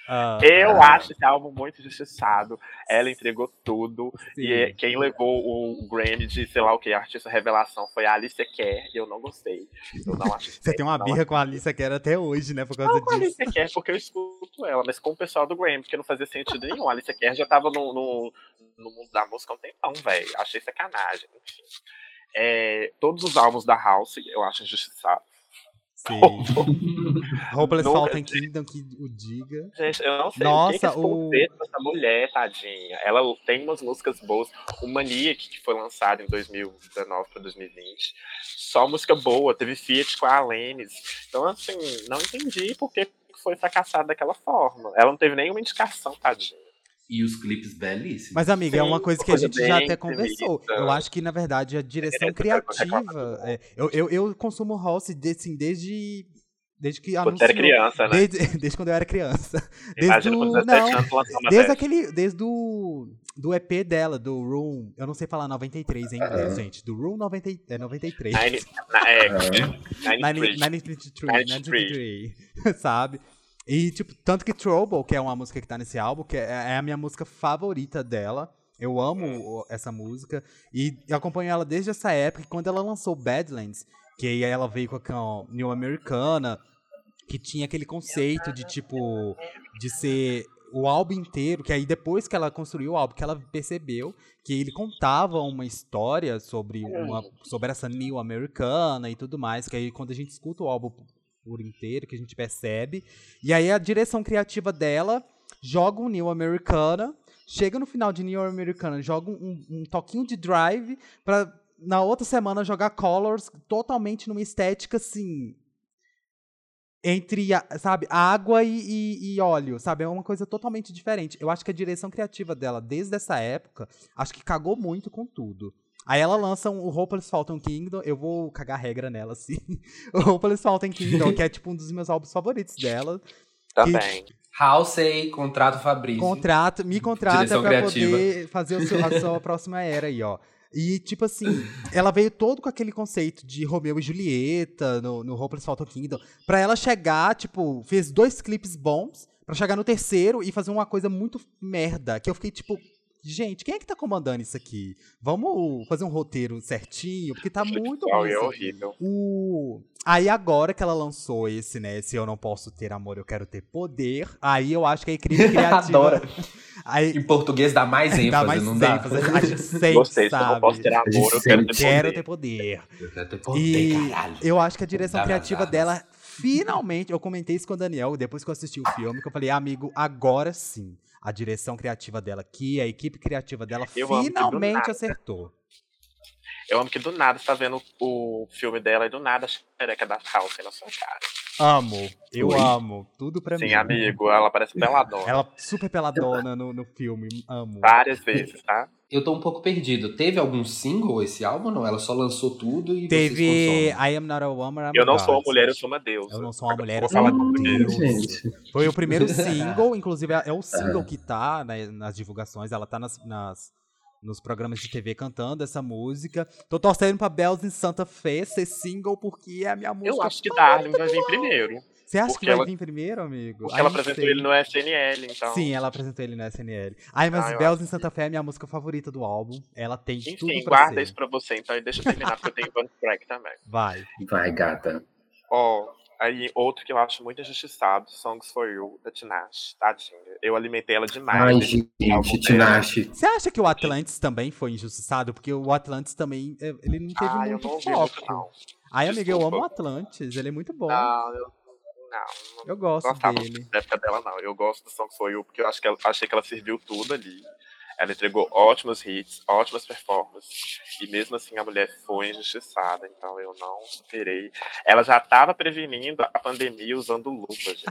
Speaker 2: Ah,
Speaker 3: Eu acho esse álbum muito injustiçado. Ela entregou tudo. E é-
Speaker 2: sim.
Speaker 3: quem levou o Grammy de, sei lá o que, artista revelação foi a Alicia Kerr, e eu não gostei. Eu não acho
Speaker 2: Você tem uma
Speaker 3: não
Speaker 2: birra com a Alicia que era até hoje, né? Por causa
Speaker 3: Não com a
Speaker 2: disso.
Speaker 3: Alicia Kerr, porque eu escuto ela, mas com o pessoal do Grammy, porque não fazia sentido nenhum. A Alicia Kerr já tava no, no, no mundo da música há um tempão, velho. Achei sacanagem. Enfim. É, todos os álbuns da House eu acho injustiçado.
Speaker 2: Sim. Hopeless
Speaker 3: Nunca
Speaker 2: Fallen Kingdom, que o diga.
Speaker 3: Gente, eu não sei o que que
Speaker 2: Nossa,
Speaker 3: eles
Speaker 2: o-
Speaker 3: acontece com essa mulher, tadinha. Ela tem umas músicas boas. O Maniac, que foi lançado em 2019 para 2020. Só música boa. Teve Fiat com a Alanis. Então, assim, não entendi por que foi fracassada daquela forma. Ela não teve nenhuma indicação, tadinha.
Speaker 4: E os clipes belíssimos.
Speaker 2: Mas, amiga, é uma
Speaker 3: Sim,
Speaker 2: coisa que a
Speaker 3: coisa
Speaker 2: gente já
Speaker 3: bem
Speaker 2: até conversou.
Speaker 3: intimista.
Speaker 2: Eu acho que, na verdade, a direção
Speaker 3: Direto pra reclamar
Speaker 2: criativa. é, eu, eu, eu consumo House de- assim, desde. Desde que
Speaker 3: Quando você era
Speaker 2: anunciou-
Speaker 3: criança, né?
Speaker 2: Desde, desde quando eu era criança. Desde
Speaker 3: Imagina
Speaker 2: o-
Speaker 3: com
Speaker 2: não,
Speaker 3: 17 anos lançar uma
Speaker 2: Desde
Speaker 3: dessa.
Speaker 2: aquele. Desde o. Do EP dela, do Room. Eu não sei falar 93 em inglês, gente. Do Room 90, e- é, 93.
Speaker 3: Ah. Nine, na, é,
Speaker 5: Aham.
Speaker 3: Nine Inch Nails.
Speaker 2: 93, 93, né? sabe? E, tipo, tanto que Trouble, que é uma música que tá nesse álbum, que é, é a minha música favorita dela. Eu amo o- essa música. E eu acompanho ela desde essa época, e quando ela lançou Badlands, que aí ela veio com a can- New Americana, que tinha aquele conceito de, tipo, de ser o álbum inteiro, que aí depois que ela construiu o álbum, que ela percebeu que ele contava uma história sobre, uma, sobre essa New Americana e tudo mais, que aí quando a gente escuta o álbum por inteiro, que a gente percebe. E aí a direção criativa dela joga um New Americana, chega no final de New Americana, joga um, um toquinho de drive pra na outra semana jogar Colors totalmente numa estética assim. Entre, a- sabe, água e, e- e óleo, sabe? É uma coisa totalmente diferente. Eu acho que a direção criativa dela, desde essa época, acho que cagou muito com tudo. Aí ela lança um, o Hopeless Fallen Kingdom, eu vou cagar regra nela, assim. o Hopeless Fallen Kingdom, que é, tipo, um dos meus álbuns favoritos dela.
Speaker 3: Também.
Speaker 4: House aí, contrato Fabrício.
Speaker 2: Contrata, me contrata
Speaker 4: Direção
Speaker 2: pra
Speaker 4: criativa.
Speaker 2: poder fazer o seu- a sua próxima era aí, ó. E, tipo assim, ela veio todo com aquele conceito de Romeu e Julieta no, no Hopeless Fallen Kingdom. Pra ela chegar, tipo, fez dois clipes bons, pra chegar no terceiro e fazer uma coisa muito merda. Que eu fiquei, tipo, gente, quem é que tá comandando isso aqui? Vamos fazer um roteiro certinho, porque tá muito
Speaker 3: Sexual
Speaker 2: ruim
Speaker 3: e é
Speaker 2: isso aqui.
Speaker 3: horrível.
Speaker 2: O... Aí agora que ela lançou esse, né? Se eu não posso ter amor, eu quero ter poder. Aí eu acho que a equipe criativa.
Speaker 4: Adoro.
Speaker 2: Aí
Speaker 4: Em português dá mais ênfase,
Speaker 2: dá mais
Speaker 4: não dá?
Speaker 2: ênfase. A gente sempre
Speaker 3: Gostei, se eu
Speaker 2: sabe.
Speaker 3: não posso ter amor, eu quero ter
Speaker 2: Quero
Speaker 3: poder.
Speaker 2: ter poder.
Speaker 4: Eu quero ter
Speaker 2: E
Speaker 4: poder, caralho.
Speaker 2: eu acho que a direção
Speaker 4: Dá
Speaker 2: criativa
Speaker 4: nada.
Speaker 2: dela, finalmente, eu comentei isso com o Daniel depois que eu assisti o filme, que eu falei, amigo, agora sim. A direção criativa dela aqui, a equipe criativa dela
Speaker 3: Eu amo que do
Speaker 2: finalmente
Speaker 3: nada.
Speaker 2: acertou.
Speaker 3: Eu amo que do nada você tá vendo o filme dela e do nada é a xereca da House na sua um cara.
Speaker 2: Amo, eu
Speaker 5: Oi?
Speaker 2: amo. Tudo pra mim. É.
Speaker 3: Sim, amigo, ela parece beladona.
Speaker 2: Ela super peladona no, no filme, amo.
Speaker 3: Várias vezes, tá?
Speaker 4: Eu tô um pouco perdido. Teve algum single esse álbum ou não? Ela só lançou tudo e
Speaker 2: Teve
Speaker 4: vocês consomem.
Speaker 2: I Am Not a Woman. I'm
Speaker 3: Eu
Speaker 2: a
Speaker 3: não
Speaker 2: God.
Speaker 3: sou uma mulher, eu sou uma deusa.
Speaker 2: Eu não sou uma mulher, eu
Speaker 3: Vou
Speaker 2: sou uma
Speaker 3: falar
Speaker 2: Hum,
Speaker 3: português.
Speaker 5: gente.
Speaker 2: Foi o primeiro single, inclusive é o single que tá né, nas divulgações, ela tá nas, nas- nos programas de TV cantando essa música. Tô torcendo pra Bells em Santa Fé ser single porque é a minha música.
Speaker 3: Eu acho que
Speaker 2: favorita.
Speaker 3: Darling vai vir primeiro.
Speaker 2: Você acha que
Speaker 3: porque
Speaker 2: vai
Speaker 3: ela-
Speaker 2: vir primeiro, amigo?
Speaker 3: Porque
Speaker 2: Ai,
Speaker 3: ela
Speaker 2: não
Speaker 3: apresentou
Speaker 2: sei.
Speaker 3: ele no SNL, então.
Speaker 2: Sim, ela apresentou ele no SNL. Ai, mas
Speaker 3: Ah, eu
Speaker 2: Bells em Santa Fé é minha música favorita do álbum. Ela tem é tudo
Speaker 3: Enfim,
Speaker 2: pra
Speaker 3: guarda
Speaker 2: ser.
Speaker 3: isso pra você, então, e deixa eu terminar, porque eu tenho Van Track também.
Speaker 2: Vai.
Speaker 5: Vai, gata.
Speaker 3: Ó, aí outro que eu acho muito injustiçado, Songs for You, da Tinashe, tadinha. Eu alimentei ela demais.
Speaker 5: Ai,
Speaker 3: nesse álbum
Speaker 5: gente,
Speaker 3: dela.
Speaker 5: Tinashe.
Speaker 2: Você acha que o Atlantis também foi injustiçado? Porque o Atlantis também, eh, ele não teve
Speaker 3: Ah, eu
Speaker 2: muito
Speaker 3: não ouvi muito,
Speaker 2: foco.
Speaker 3: não.
Speaker 2: Ai, amiga, eu
Speaker 3: Desculpa.
Speaker 2: amo o Atlantis, ele é muito bom.
Speaker 3: Não, eu não, não
Speaker 2: eu gosto
Speaker 3: gostava
Speaker 2: dele.
Speaker 3: da época dela, não. Eu gosto do Songs for You, porque eu acho que ela, achei que ela serviu tudo ali. Ela entregou ótimos hits, ótimas performances. E mesmo assim a mulher foi injustiçada, então eu não virei. Ela já tava prevenindo a pandemia usando luva, gente.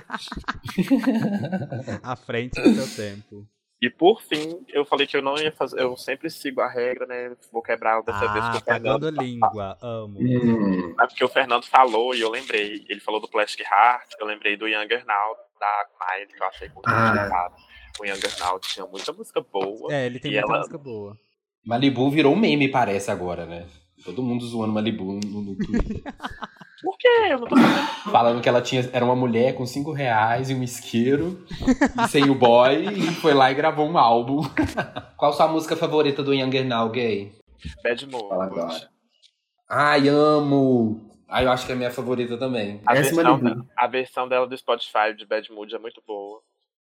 Speaker 2: À frente do seu tempo.
Speaker 3: E por fim, eu falei que eu não ia fazer. Eu sempre sigo a regra, né? Vou quebrar dessa vez que
Speaker 2: Ah,
Speaker 3: o Fernando.
Speaker 2: pagando língua, amo.
Speaker 5: Hum,
Speaker 3: Mas porque o Fernando falou e eu lembrei. Ele falou do Plastic Heart, eu lembrei do Younger Now, da Miley, que eu achei muito
Speaker 5: Ah.
Speaker 3: injustiçado. O Younger Now tinha muita música boa.
Speaker 2: É, ele tem
Speaker 3: E
Speaker 2: muita
Speaker 3: ela-
Speaker 2: música boa.
Speaker 4: Malibu virou um meme, parece, agora, né? Todo mundo zoando Malibu no, no Twitter.
Speaker 3: Por quê? Eu não tô falando
Speaker 4: Falando que ela tinha, era uma mulher com cinco reais e um isqueiro, e sem o boy, e foi lá e gravou um álbum. Qual sua música favorita do Younger Now, gay?
Speaker 3: Bad
Speaker 5: fala
Speaker 3: Mood.
Speaker 5: agora.
Speaker 4: Ai, amo! Ai, eu acho que é a minha favorita também.
Speaker 3: A
Speaker 5: Essa
Speaker 3: versão,
Speaker 5: Malibu.
Speaker 3: a versão dela do Spotify de Bad Mood é muito boa.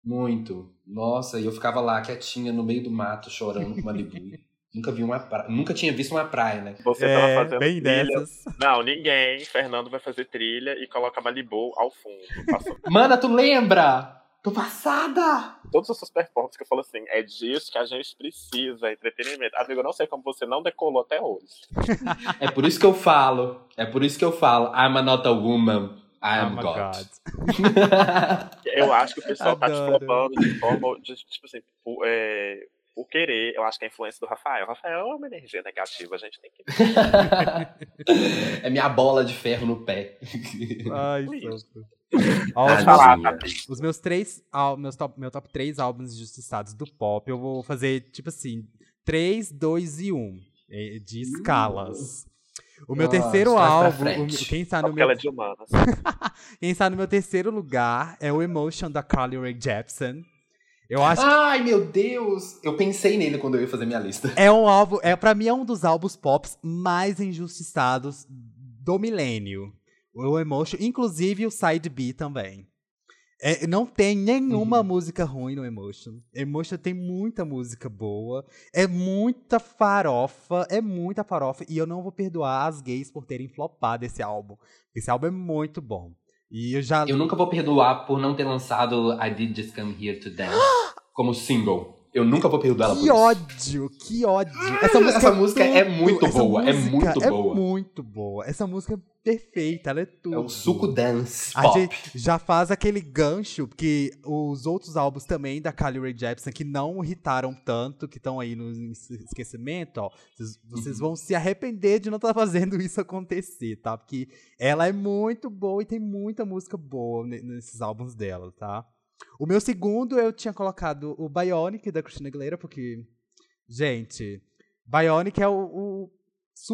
Speaker 4: Muito. Nossa, e eu ficava lá quietinha no meio do mato chorando com Malibu. Nunca vi uma pra... Nunca tinha visto uma praia, né?
Speaker 3: Você tava
Speaker 2: É,
Speaker 3: fazendo
Speaker 2: bem
Speaker 3: trilha.
Speaker 2: dessas.
Speaker 3: Não, ninguém. Fernando vai fazer trilha e coloca Malibu ao fundo. Passou
Speaker 4: Mana, tu lembra? Tô passada!
Speaker 3: todas as suas performances que eu falo assim, é disso que a gente precisa, entretenimento. Amigo, eu não sei como você não decolou até hoje.
Speaker 4: É por isso que eu falo. É por isso que eu falo. I'm not a woman. I
Speaker 2: Oh
Speaker 4: am
Speaker 2: my
Speaker 4: God.
Speaker 2: God.
Speaker 3: Eu acho que o pessoal tá
Speaker 2: Adoro.
Speaker 3: te flopando de forma, de, tipo assim, por, é, por querer. Eu acho que é a influência do Rafael. O Rafael é uma energia negativa, a gente tem que
Speaker 4: é minha bola de ferro no pé.
Speaker 2: Ai,
Speaker 3: Isso.
Speaker 2: soco. Ó, os meus-
Speaker 3: falar, tá?
Speaker 5: Tadinha.
Speaker 2: Os meus três al- meus top, meu top 3 álbuns injustiçados do pop, eu um, vou fazer, tipo assim, 3, 2 e 1 eh, de escalas. O meu
Speaker 5: Nossa,
Speaker 2: terceiro
Speaker 5: mais pra
Speaker 2: álbum, o-
Speaker 5: frente.
Speaker 2: quem está
Speaker 3: Só
Speaker 2: Tá no
Speaker 3: porque
Speaker 2: meu
Speaker 3: ela é de humanas.
Speaker 2: Quem está no meu terceiro lugar é o Emotion da Carly Rae Jepsen. Eu acho
Speaker 4: Ai, meu Deus! Eu pensei nele quando eu ia fazer minha lista.
Speaker 2: que é um álbum, é para mim é um dos álbuns pops mais injustiçados do milênio. O Emotion, inclusive o Side B também. É, não tem nenhuma música ruim no Emotion. Emotion tem muita música boa, é muita farofa, é muita farofa e eu não vou perdoar as gays por terem flopado esse álbum. Esse álbum é muito bom. E eu já
Speaker 4: Eu nunca vou perdoar por não ter lançado I Did Just Come Here to Dance como single. Eu nunca vou perdoar ela por
Speaker 2: Que
Speaker 4: isso. Ah,
Speaker 2: ódio, que ódio. Essa música,
Speaker 4: Essa música
Speaker 2: tudo.
Speaker 4: é muito
Speaker 2: Essa
Speaker 4: boa, é
Speaker 2: música
Speaker 4: muito
Speaker 2: é
Speaker 4: boa.
Speaker 2: muito boa. Essa música é perfeita, ela é tudo.
Speaker 4: É o suco dance
Speaker 2: A
Speaker 4: pop.
Speaker 2: gente já faz aquele gancho que os outros álbuns também da Carly Rae Jepsen que não irritaram tanto, que estão aí no es- esquecimento, ó. Vocês, vocês
Speaker 4: Uhum.
Speaker 2: vão se arrepender de não estar fazendo isso acontecer, tá? Porque ela é muito boa e tem muita música boa ne- nesses álbuns dela, tá? O meu segundo eu tinha colocado o Bionic da Christina Aguilera, porque gente, Bionic é o, o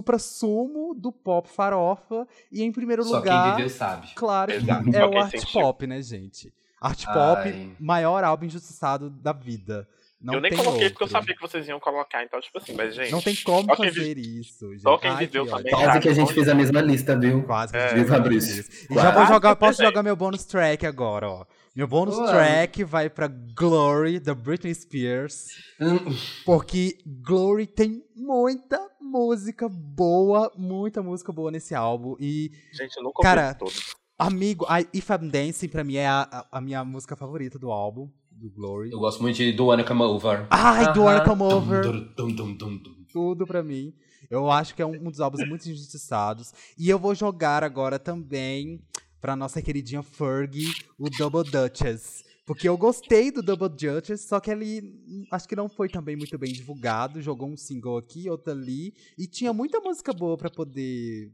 Speaker 2: supra-sumo do pop farofa e em primeiro
Speaker 4: Só
Speaker 2: lugar
Speaker 4: quem viveu sabe.
Speaker 2: Claro
Speaker 3: Exato,
Speaker 2: que é
Speaker 3: pra
Speaker 2: o
Speaker 3: quem
Speaker 2: art
Speaker 3: sentiu.
Speaker 2: pop, né, gente? Art pop,
Speaker 4: Ai.
Speaker 2: maior álbum injustiçado da vida. Não
Speaker 3: eu nem
Speaker 2: tem
Speaker 3: coloquei porque eu
Speaker 2: outro.
Speaker 3: sabia que vocês iam colocar, então, tipo assim, mas, gente.
Speaker 2: Não tem como
Speaker 3: só quem
Speaker 2: fazer isso, gente.
Speaker 3: só quem
Speaker 2: Ai,
Speaker 3: viveu
Speaker 2: que ódio.
Speaker 3: também.
Speaker 5: Quase que a gente fez a mesma lista, viu?
Speaker 2: Quase que
Speaker 3: É.
Speaker 2: a
Speaker 5: Viu,
Speaker 2: gente
Speaker 5: Fabrício?
Speaker 2: E já vou
Speaker 3: Quase
Speaker 2: jogar,
Speaker 3: que eu
Speaker 2: posso
Speaker 3: pensei.
Speaker 2: jogar meu bônus track agora, ó. Meu bônus
Speaker 4: Vamos.
Speaker 2: track vai pra Glory, da Britney Spears.
Speaker 4: Hum,
Speaker 2: Porque Glory tem muita música boa, muita música boa nesse álbum. E
Speaker 3: Gente, eu nunca
Speaker 2: Cara,
Speaker 3: ouvi todos.
Speaker 2: Amigo, a If I'm Dancing pra mim é a, a- a minha música favorita do álbum, do Glory.
Speaker 4: Eu gosto muito de Do Wanna Come Over.
Speaker 2: Ai, do Wanna Come
Speaker 4: Dum,
Speaker 2: Over.
Speaker 4: dum, dum, dum, dum.
Speaker 2: Tudo pra mim. Eu acho que é um, um dos álbuns muito injustiçados. E eu vou jogar agora também pra nossa queridinha Fergie, o Double Duchess. Porque eu gostei do Double Duchess, só que ele hum, acho que não foi também muito bem divulgado. Jogou um single aqui, outro ali. E tinha muita música boa pra poder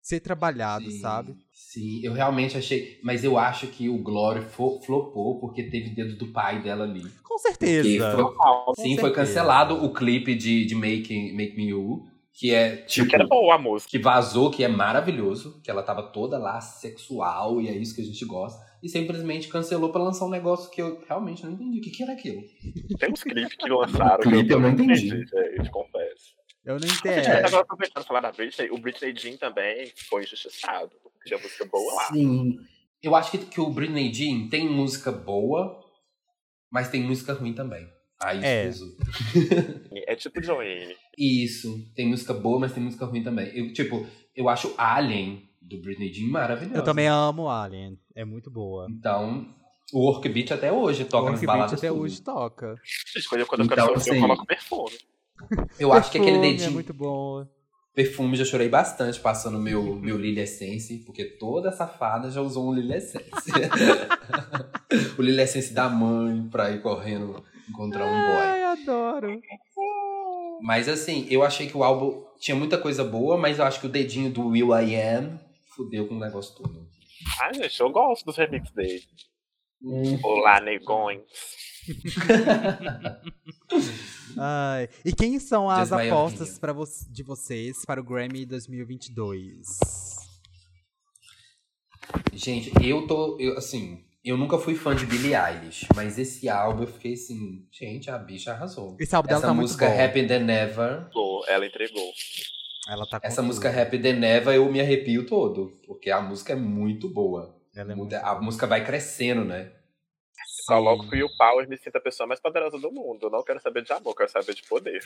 Speaker 2: ser trabalhado,
Speaker 4: Sim,
Speaker 2: sabe?
Speaker 4: Sim, eu realmente achei. Mas eu acho que o Glory fo- flopou porque teve dedo do pai dela ali.
Speaker 2: Com certeza.
Speaker 5: foi-
Speaker 3: Total.
Speaker 2: Com
Speaker 4: Sim, foi
Speaker 2: certeza.
Speaker 4: cancelado o clipe de, de Make, Make Me You, que é tipo.
Speaker 3: Que era boa a música.
Speaker 4: que vazou, que é maravilhoso, que ela tava toda lá sexual e é isso que a gente gosta. E simplesmente cancelou pra lançar um negócio que eu realmente não entendi. O que, que era aquilo?
Speaker 3: Tem uns clipes que lançaram.
Speaker 5: O clipe eu não entendi.
Speaker 3: Gente, confesso.
Speaker 2: Eu não
Speaker 3: Gente,
Speaker 2: entendo.
Speaker 3: mas agora aproveitando falar da Britney, o Britney Jean também foi injustiçado. Tinha música boa lá.
Speaker 5: Sim.
Speaker 4: Eu acho que, que o Britney Jean tem música boa, mas tem música ruim também. Aí
Speaker 2: É.
Speaker 4: isso.
Speaker 3: É tipo Joanne.
Speaker 4: Isso, tem música boa, mas tem música ruim também. Eu, tipo, eu acho Alien do Britney Jean maravilhoso.
Speaker 2: Eu também amo Alien. É muito boa.
Speaker 4: Então, o Work Beat até hoje toca
Speaker 2: Toca
Speaker 4: nas
Speaker 2: Beat
Speaker 4: baladas.
Speaker 2: até
Speaker 4: tudo.
Speaker 2: hoje toca.
Speaker 3: Gente, quando eu, quando eu quero
Speaker 5: Então,
Speaker 3: sofrer, eu
Speaker 5: assim-
Speaker 3: coloco perfume.
Speaker 4: Eu acho que aquele
Speaker 2: tá Perfume
Speaker 4: dedinho um
Speaker 2: É muito bom.
Speaker 4: Perfume já chorei bastante passando meu, meu Lily Essence, porque toda safada já usou um Lily Essence. o Lily Essence da mãe pra ir correndo encontrar um boy.
Speaker 2: Ai, adoro.
Speaker 4: Mas assim, eu achei que o álbum tinha muita coisa boa, mas eu acho que o dedinho do Will I Am fudeu com o negócio todo.
Speaker 3: Ah, gente, eu gosto dos remixes dele.
Speaker 4: Hum,
Speaker 3: Olá, negões.
Speaker 2: Ai. E quem são as
Speaker 4: Just my
Speaker 2: apostas
Speaker 4: opinion.
Speaker 2: pra vo- de vocês para o Grammy 2022?
Speaker 4: Gente, eu tô. eu, assim, eu nunca fui fã de Billie Eilish, mas esse álbum eu fiquei assim, gente, a bicha arrasou.
Speaker 2: Esse álbum dela
Speaker 4: Essa
Speaker 2: tá muito
Speaker 4: música é
Speaker 2: bom.
Speaker 4: Happy Than Ever.
Speaker 3: Pô, Ela entregou.
Speaker 2: Ela tá com
Speaker 4: Essa
Speaker 2: tudo.
Speaker 4: música é Happy The Neva eu me arrepio todo, porque a música é muito boa.
Speaker 2: Ela é muito...
Speaker 4: Muda- a música vai crescendo, né?
Speaker 3: Coloco que o Power me sinta a pessoa mais poderosa do mundo. Eu não quero saber de amor, eu quero saber de poder.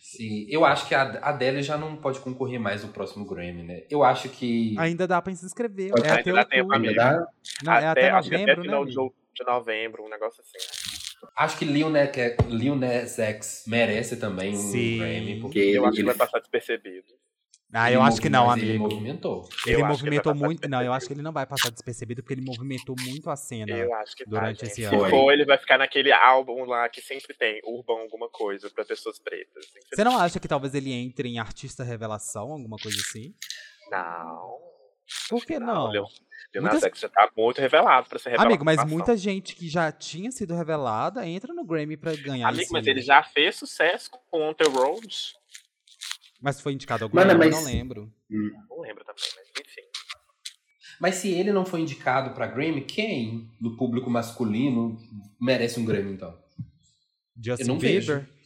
Speaker 4: Sim, eu acho que a a Adele já não pode concorrer mais no próximo Grammy, né? Eu acho que.
Speaker 2: Ainda dá pra se inscrever.
Speaker 5: Ainda
Speaker 2: É até,
Speaker 3: dá tempo,
Speaker 2: outubro.
Speaker 5: Amiga,
Speaker 3: Amigo.
Speaker 5: dá-
Speaker 2: Não, é até
Speaker 3: acho que
Speaker 2: novembro,
Speaker 3: final
Speaker 2: né?
Speaker 3: de,
Speaker 2: amigo?
Speaker 3: ou- de novembro, um negócio assim.
Speaker 4: Acho que Lil Ne- que- Lil Nas X merece também um
Speaker 2: Sim.
Speaker 4: Grammy.
Speaker 5: Porque
Speaker 4: Porque
Speaker 5: ele,
Speaker 3: Eu acho que
Speaker 5: ele-
Speaker 3: vai passar despercebido.
Speaker 2: Ah,
Speaker 4: ele
Speaker 2: eu acho que não,
Speaker 4: movi- mas Ele
Speaker 2: amigo.
Speaker 4: movimentou.
Speaker 2: Ele
Speaker 3: Eu acho que ele tá
Speaker 2: movimentou
Speaker 3: vai
Speaker 2: muito.
Speaker 3: passar
Speaker 2: Não, eu
Speaker 3: despercebido.
Speaker 2: acho que ele não vai passar despercebido porque ele movimentou muito a cena.
Speaker 3: Eu acho que
Speaker 2: durante
Speaker 3: tá, gente.
Speaker 2: esse
Speaker 3: Se
Speaker 2: ano.
Speaker 5: Foi.
Speaker 3: for, ele vai ficar naquele álbum lá que sempre tem, Urban alguma coisa, pra pessoas pretas. Sempre
Speaker 2: Você não acha que talvez ele entre em artista revelação, alguma coisa assim?
Speaker 3: Não.
Speaker 2: Por que não?
Speaker 3: Leon-
Speaker 2: Muitas-
Speaker 3: Leonardo Muitas... já tá muito revelado pra ser revelado.
Speaker 2: Amigo, mas muita gente que já tinha sido revelada entra no Grammy pra ganhar
Speaker 3: Amigo,
Speaker 2: esse...
Speaker 3: mas ele já fez sucesso com On The Road.
Speaker 2: Mas foi indicado algum
Speaker 5: Mano,
Speaker 2: ano,
Speaker 5: mas-
Speaker 2: não lembro.
Speaker 3: Não lembro também, mas enfim.
Speaker 4: Mas se ele não foi indicado pra Grammy, quem do público masculino merece um Grammy, então?
Speaker 2: Justin
Speaker 4: Eu não vejo.
Speaker 2: Bieber.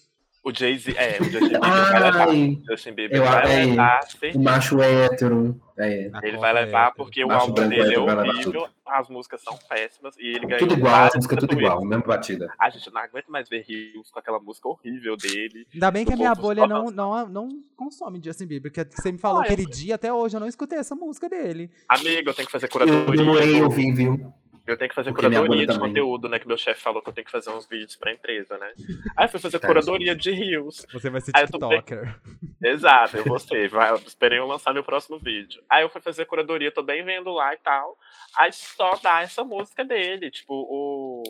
Speaker 3: O Jay-Z, é, o Justin Bieber vai levar.
Speaker 5: Ai,
Speaker 3: O Justin Bieber
Speaker 5: Eu-
Speaker 3: vai
Speaker 5: é.
Speaker 3: levar,
Speaker 5: o
Speaker 3: certeza.
Speaker 5: macho hétero. É.
Speaker 2: A
Speaker 3: Ele
Speaker 2: Copa
Speaker 3: vai
Speaker 2: é
Speaker 3: levar
Speaker 2: hétero.
Speaker 3: porque o
Speaker 5: Macho
Speaker 3: álbum
Speaker 5: branco
Speaker 3: dele é
Speaker 5: hétero vai levar
Speaker 3: horrível, as músicas são péssimas e ele ganhou
Speaker 5: Tudo igual,
Speaker 3: várias
Speaker 5: as músicas tudo
Speaker 3: estatuetas.
Speaker 5: igual, né? mesma batida.
Speaker 3: A gente não aguenta mais ver Rios com aquela música horrível dele.
Speaker 2: Ainda bem que a minha
Speaker 3: Outros
Speaker 2: bolha não,
Speaker 3: famosos.
Speaker 2: não, não consome Justin Bieber, porque você me falou
Speaker 3: Ah,
Speaker 2: aquele
Speaker 3: eu-
Speaker 2: dia, até hoje eu não escutei essa música dele.
Speaker 3: Amigo, eu tenho que fazer
Speaker 5: Eu
Speaker 3: curadoria.
Speaker 5: demorei a ouvir, viu?
Speaker 3: Eu tenho que fazer
Speaker 5: Porque minha
Speaker 3: curadoria
Speaker 5: bolha
Speaker 3: de
Speaker 5: também.
Speaker 3: conteúdo, né? Que meu chefe falou que eu tenho que fazer uns vídeos pra empresa, né? Aí eu fui fazer
Speaker 1: Tá,
Speaker 3: curadoria de rios.
Speaker 2: Você vai ser
Speaker 3: Ah, eu tô bem.
Speaker 2: TikToker.
Speaker 3: Exato, eu gostei. Vai, eu esperei eu lançar meu próximo vídeo. Aí eu fui fazer curadoria, tô bem vendo lá e tal. Aí só dá essa música dele. Tipo, o.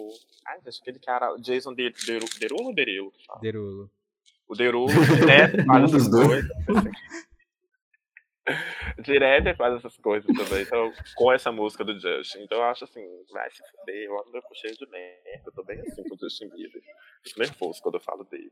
Speaker 3: Ai, gente, aquele cara. Jason De- Deru- Derulo ou Derulo? que fala?
Speaker 2: Derulo.
Speaker 3: O Derulo, direto, faz
Speaker 5: Um
Speaker 3: essas
Speaker 5: dos dois.
Speaker 3: coisas. direto ele faz essas coisas também. Então, com essa música do Justin. Então eu acho assim, vai se fuder, eu ando cheio de merda. Eu tô bem assim com o Justin Bieber. Fico nervoso quando eu falo dele.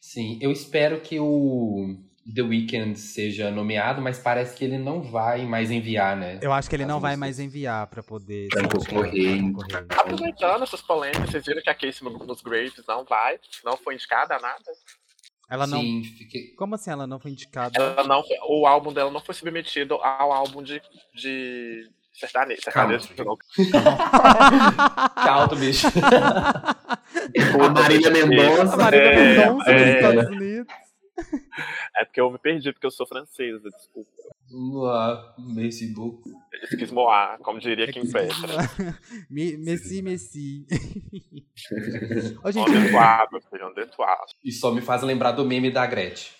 Speaker 4: Sim, eu espero que o The Weeknd seja nomeado, mas parece que ele não vai mais enviar, né?
Speaker 2: Eu acho que ele
Speaker 4: As
Speaker 2: não vai
Speaker 4: músicas.
Speaker 2: mais enviar pra poder...
Speaker 5: Pra concorrer.
Speaker 2: Pra concorrer.
Speaker 3: Aproveitando essas polêmicas, vocês viram que a Casey no- nos Graves não vai, não foi indicada a nada.
Speaker 2: Ela não...
Speaker 4: Sim, fiquei...
Speaker 2: Como assim ela não foi indicada?
Speaker 3: Ela não, foi- o álbum dela não foi submetido ao álbum de, de sertanejo. sertanejo
Speaker 4: Country.
Speaker 3: não.
Speaker 4: Calma, bicho.
Speaker 5: A Marília
Speaker 2: A
Speaker 5: Mendonça.
Speaker 2: Marília
Speaker 3: É,
Speaker 2: Mendonça
Speaker 3: é.
Speaker 2: dos Estados Unidos.
Speaker 3: É porque eu me perdi, porque eu sou francesa, desculpa.
Speaker 4: Vamos lá, Facebook.
Speaker 3: Eu quis moar, como diria Kim Petra.
Speaker 2: Me- Messi, Messi. Ô,
Speaker 3: On the
Speaker 2: gente,
Speaker 3: toit, meu filho, on the toit.
Speaker 4: E só me faz lembrar do meme da Gretchen.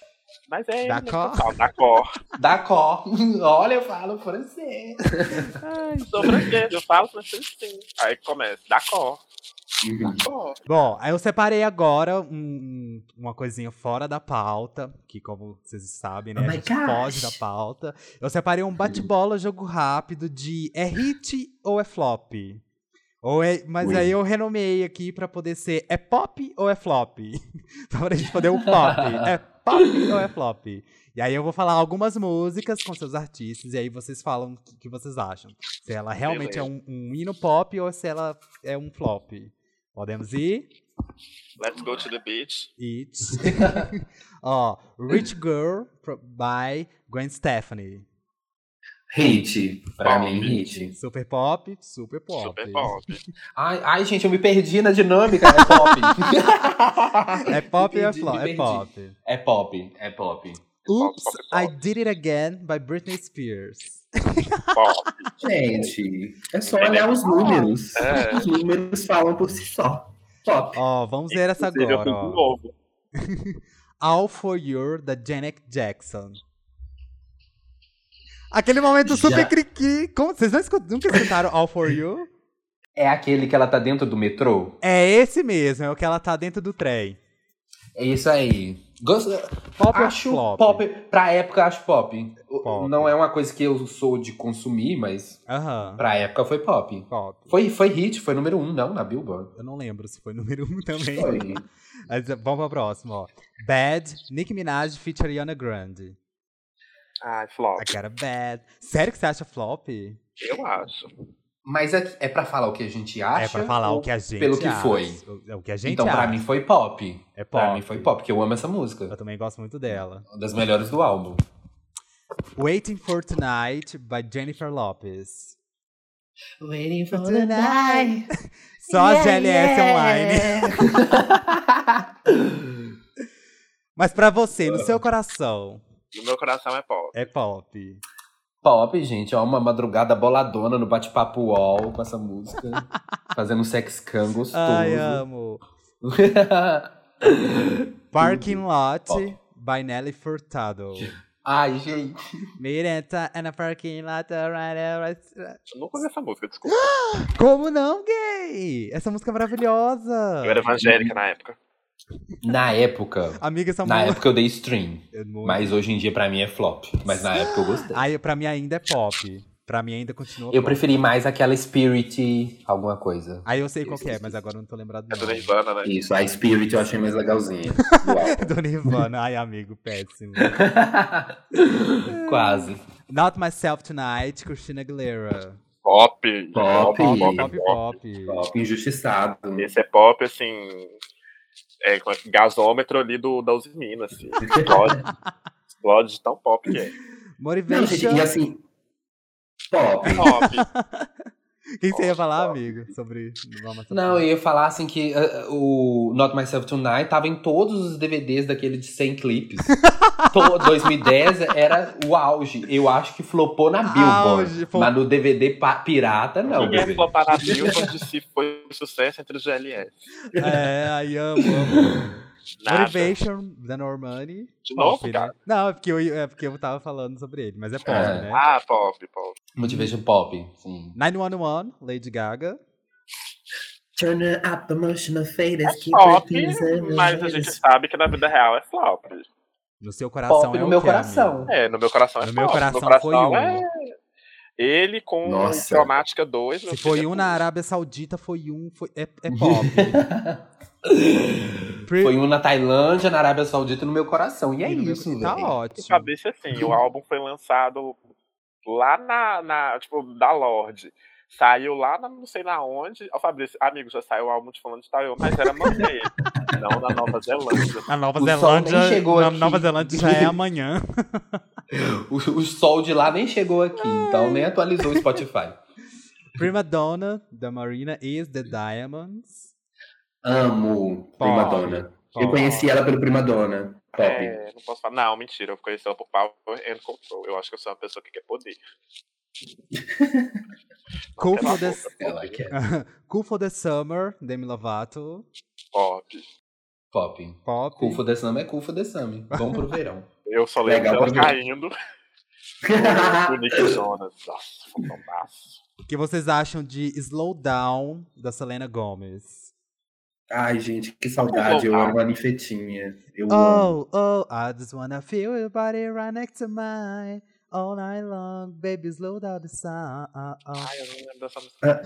Speaker 3: Mas é
Speaker 2: Da
Speaker 3: ele, né,
Speaker 2: cor.
Speaker 3: total, da cor.
Speaker 4: Da Có. Olha, eu falo francês.
Speaker 3: Eu sou francês, eu falo francês sim. Aí começa, da cor, da cor.
Speaker 2: Bom, aí eu separei agora um- um- uma coisinha fora da pauta, que como vocês sabem, né,
Speaker 5: Oh
Speaker 2: a
Speaker 5: my
Speaker 2: gente
Speaker 5: gosh.
Speaker 2: foge da pauta. Eu separei um bate-bola, jogo rápido de é hit ou é flop? Ou é, mas
Speaker 5: Ui.
Speaker 2: aí eu renomei aqui pra poder ser é pop ou é flop? Só pra gente poder um flop. É pop ou é flop? E aí eu vou falar algumas músicas com seus artistas e aí vocês falam o que, que vocês acham. Se ela realmente é um, um hino pop ou se ela é um flop. Podemos ir?
Speaker 3: Let's go to the beach.
Speaker 2: It. Ó, Rich Girl pro- by Gwen Stefani.
Speaker 5: Hit.
Speaker 4: Pra
Speaker 3: Bom,
Speaker 4: mim, hit.
Speaker 2: Super pop, super pop.
Speaker 3: Super pop.
Speaker 4: Ai, ai, gente, eu me perdi na dinâmica. É pop.
Speaker 2: É pop ou é
Speaker 4: Entendi,
Speaker 2: flop?
Speaker 4: me
Speaker 2: É
Speaker 4: perdi.
Speaker 2: pop.
Speaker 4: É pop, é pop.
Speaker 2: Oops,
Speaker 3: pop, pop.
Speaker 2: I Did It Again by Britney Spears.
Speaker 3: pop.
Speaker 5: Gente, é só olhar os números.
Speaker 3: É.
Speaker 5: Os números falam por si só. Top.
Speaker 2: Ó, vamos ver essa
Speaker 3: Inclusive, eu
Speaker 2: agora.
Speaker 3: fiz de
Speaker 2: Ó.
Speaker 3: novo.
Speaker 2: All For You da Janet Jackson. Aquele momento super
Speaker 4: Já.
Speaker 2: criqui. Como- Vocês não escu- nunca escutaram All For You?
Speaker 4: É aquele que ela tá dentro do metrô?
Speaker 2: É esse mesmo, é o que ela tá dentro do trem.
Speaker 4: É isso aí. Gosto...
Speaker 2: É Pop
Speaker 4: Acho
Speaker 2: ou flop?
Speaker 4: pop. Pra época, acho pop.
Speaker 2: Pop.
Speaker 4: Não é uma coisa que eu sou de consumir, mas
Speaker 2: Aham.
Speaker 4: pra época foi pop.
Speaker 2: Pop.
Speaker 4: Foi, foi hit, foi número um, não, na Billboard.
Speaker 2: Eu não lembro se foi número 1 um também.
Speaker 5: Foi.
Speaker 2: Mas eh, vamos pra próxima, ó. Bad, Nicki Minaj feat. Ariana Grande.
Speaker 3: Ai, flop.
Speaker 2: A cara bad. Sério que você acha flop? É,
Speaker 3: Eu acho.
Speaker 4: Mas é, é pra falar o que a gente acha?
Speaker 2: é pra falar
Speaker 4: ou-
Speaker 2: o que a gente
Speaker 4: pelo que
Speaker 2: acha.
Speaker 4: foi?
Speaker 2: O- É o que a gente
Speaker 4: Então, pra
Speaker 2: acha.
Speaker 4: mim foi pop.
Speaker 2: é pop.
Speaker 4: Pra mim foi pop, porque eu amo essa música.
Speaker 2: Eu também gosto muito dela.
Speaker 4: Uma das melhores do álbum.
Speaker 2: Waiting for Tonight, by Jennifer Lopez.
Speaker 6: Waiting for
Speaker 2: the night. Só a GLS online. Mas pra você, no seu coração,
Speaker 3: No meu coração é pop.
Speaker 2: é pop.
Speaker 4: Pop, gente, ó, uma madrugada boladona no bate-papo UOL com essa música. fazendo um sex can gostoso.
Speaker 2: Ai, amo. Parking Lot,
Speaker 4: Pop.
Speaker 2: by Nelly Furtado.
Speaker 4: Ai, gente.
Speaker 2: Mirenta and a parking lot right, right, right.
Speaker 3: Eu nunca ouvi essa música, desculpa.
Speaker 2: Como não, gay? Essa música é maravilhosa.
Speaker 4: É.
Speaker 3: Eu era evangélica na época.
Speaker 4: Na época.
Speaker 2: Amiga, essa
Speaker 4: Na
Speaker 2: música.
Speaker 4: época eu dei stream.
Speaker 2: é muito-
Speaker 4: Mas hoje em dia pra mim é flop. Mas na época eu gostei.
Speaker 2: Ai, pra mim ainda é pop. Pra mim ainda continua.
Speaker 4: Eu
Speaker 2: pop.
Speaker 4: preferi mais aquela Spirit, alguma coisa.
Speaker 2: Aí eu sei qual que é, mas agora eu não tô lembrado do
Speaker 3: É do
Speaker 2: nome.
Speaker 3: Nirvana, né?
Speaker 5: Isso, a Spirit eu achei mais legalzinha. do álbum.
Speaker 2: Do Nirvana. Ai, amigo, péssimo.
Speaker 4: Quase.
Speaker 2: Not Myself Tonight, Christina Aguilera.
Speaker 3: Pop.
Speaker 5: Pop.
Speaker 2: Pop,
Speaker 5: Pop,
Speaker 2: pop, pop.
Speaker 5: Top, injustiçado.
Speaker 3: Esse é pop, assim. É, como é que- gasômetro ali do, da Uzi Minas, assim. Explode. Explode de tão pop que é.
Speaker 5: Não, gente, e
Speaker 2: Motivation.
Speaker 5: assim, pop.
Speaker 3: Pop.
Speaker 2: O que você ia falar,
Speaker 3: Pop.
Speaker 2: amigo? Sobre. Mama Safada?
Speaker 4: Não, eu ia falar assim que ah, ah, o Not Myself Tonight tava em todos os DVDs daquele de 100 clipes. To- 2010 era o auge. Eu acho que flopou na Billboard.
Speaker 2: Auge, foi-
Speaker 4: Mas no DVD pa- pirata, não.
Speaker 3: Ninguém
Speaker 4: bebê.
Speaker 3: falou é para a Billboard se foi um sucesso entre os GLS.
Speaker 2: É, ai, amo, amo.
Speaker 3: Nada.
Speaker 2: Motivation da Normani.
Speaker 3: De novo,
Speaker 2: Pop, né?
Speaker 3: cara?
Speaker 2: Não, é porque, eu, é porque eu tava falando sobre ele, mas é pop,
Speaker 4: É.
Speaker 2: né?
Speaker 3: Ah, pop, pop.
Speaker 4: Motivation Pop, sim.
Speaker 2: 911, Lady Gaga.
Speaker 5: Turn up the motion of fate is keep
Speaker 3: Pop,
Speaker 5: repeating the
Speaker 3: mas a
Speaker 5: names.
Speaker 3: gente sabe que na vida real é flop.
Speaker 2: No seu coração
Speaker 4: Pop
Speaker 2: é
Speaker 4: no
Speaker 2: o
Speaker 4: meu
Speaker 2: que,
Speaker 4: coração.
Speaker 2: amigo?
Speaker 3: É, no meu coração é
Speaker 2: No
Speaker 3: flop.
Speaker 2: meu coração foi um.
Speaker 3: é- Ele com
Speaker 5: Nossa.
Speaker 3: Cromática 2. meu
Speaker 2: Se
Speaker 3: filho,
Speaker 2: foi um
Speaker 3: é
Speaker 2: na
Speaker 3: tudo.
Speaker 2: Arábia Saudita, foi um. Foi, é, é pop. Pre-
Speaker 4: Foi um na Tailândia, na Arábia Saudita, no meu coração. E é
Speaker 2: e no meu-
Speaker 4: isso,
Speaker 2: Tá
Speaker 4: velho.
Speaker 3: de
Speaker 2: ótimo.
Speaker 3: cabeça assim, o álbum foi lançado lá na, na, tipo, da Lorde. Saiu lá, na, não sei na onde. Ó, Fabrício, amigo, já saiu o álbum de falando de Taiwan, mas era Mandei. não na Nova Zelândia.
Speaker 2: A Nova
Speaker 4: O sol
Speaker 2: Zelândia.
Speaker 4: nem chegou
Speaker 2: na
Speaker 4: aqui.
Speaker 2: Nova Zelândia já é amanhã. tá
Speaker 4: O, o sol de lá nem chegou aqui, então nem atualizou o Spotify.
Speaker 2: Prima Donna, da Marina, is the Diamonds.
Speaker 5: Amo Prima
Speaker 2: Pop.
Speaker 5: Donna.
Speaker 2: Pop.
Speaker 5: Eu conheci ela pelo Prima Donna. Top.
Speaker 3: É, não posso falar. Não, mentira, eu conheci ela por Power and Control. Eu acho que eu sou uma pessoa que quer poder.
Speaker 2: Cool
Speaker 3: Pela
Speaker 2: for, the,
Speaker 4: Ela é quer.
Speaker 2: cool for the Summer, Demi Lovato.
Speaker 3: Pop.
Speaker 4: Pop.
Speaker 2: Pop.
Speaker 4: Cool for the Summer é cool for the Summer. Bom pro verão.
Speaker 3: Eu só lembro
Speaker 5: Legal,
Speaker 3: dela
Speaker 5: pra ver.
Speaker 3: caindo. O Nick Jonas. Nossa, foi um baço.
Speaker 2: O que vocês acham de Slow Down, da Selena Gomez?
Speaker 5: Ai, gente, que saudade. Eu amo a ninfetinha. Eu amo.
Speaker 2: Oh, oh, I just wanna feel your body right next to mine. All night long, baby, slow down the Oh, sound.
Speaker 3: Ai, eu não lembro dessa música.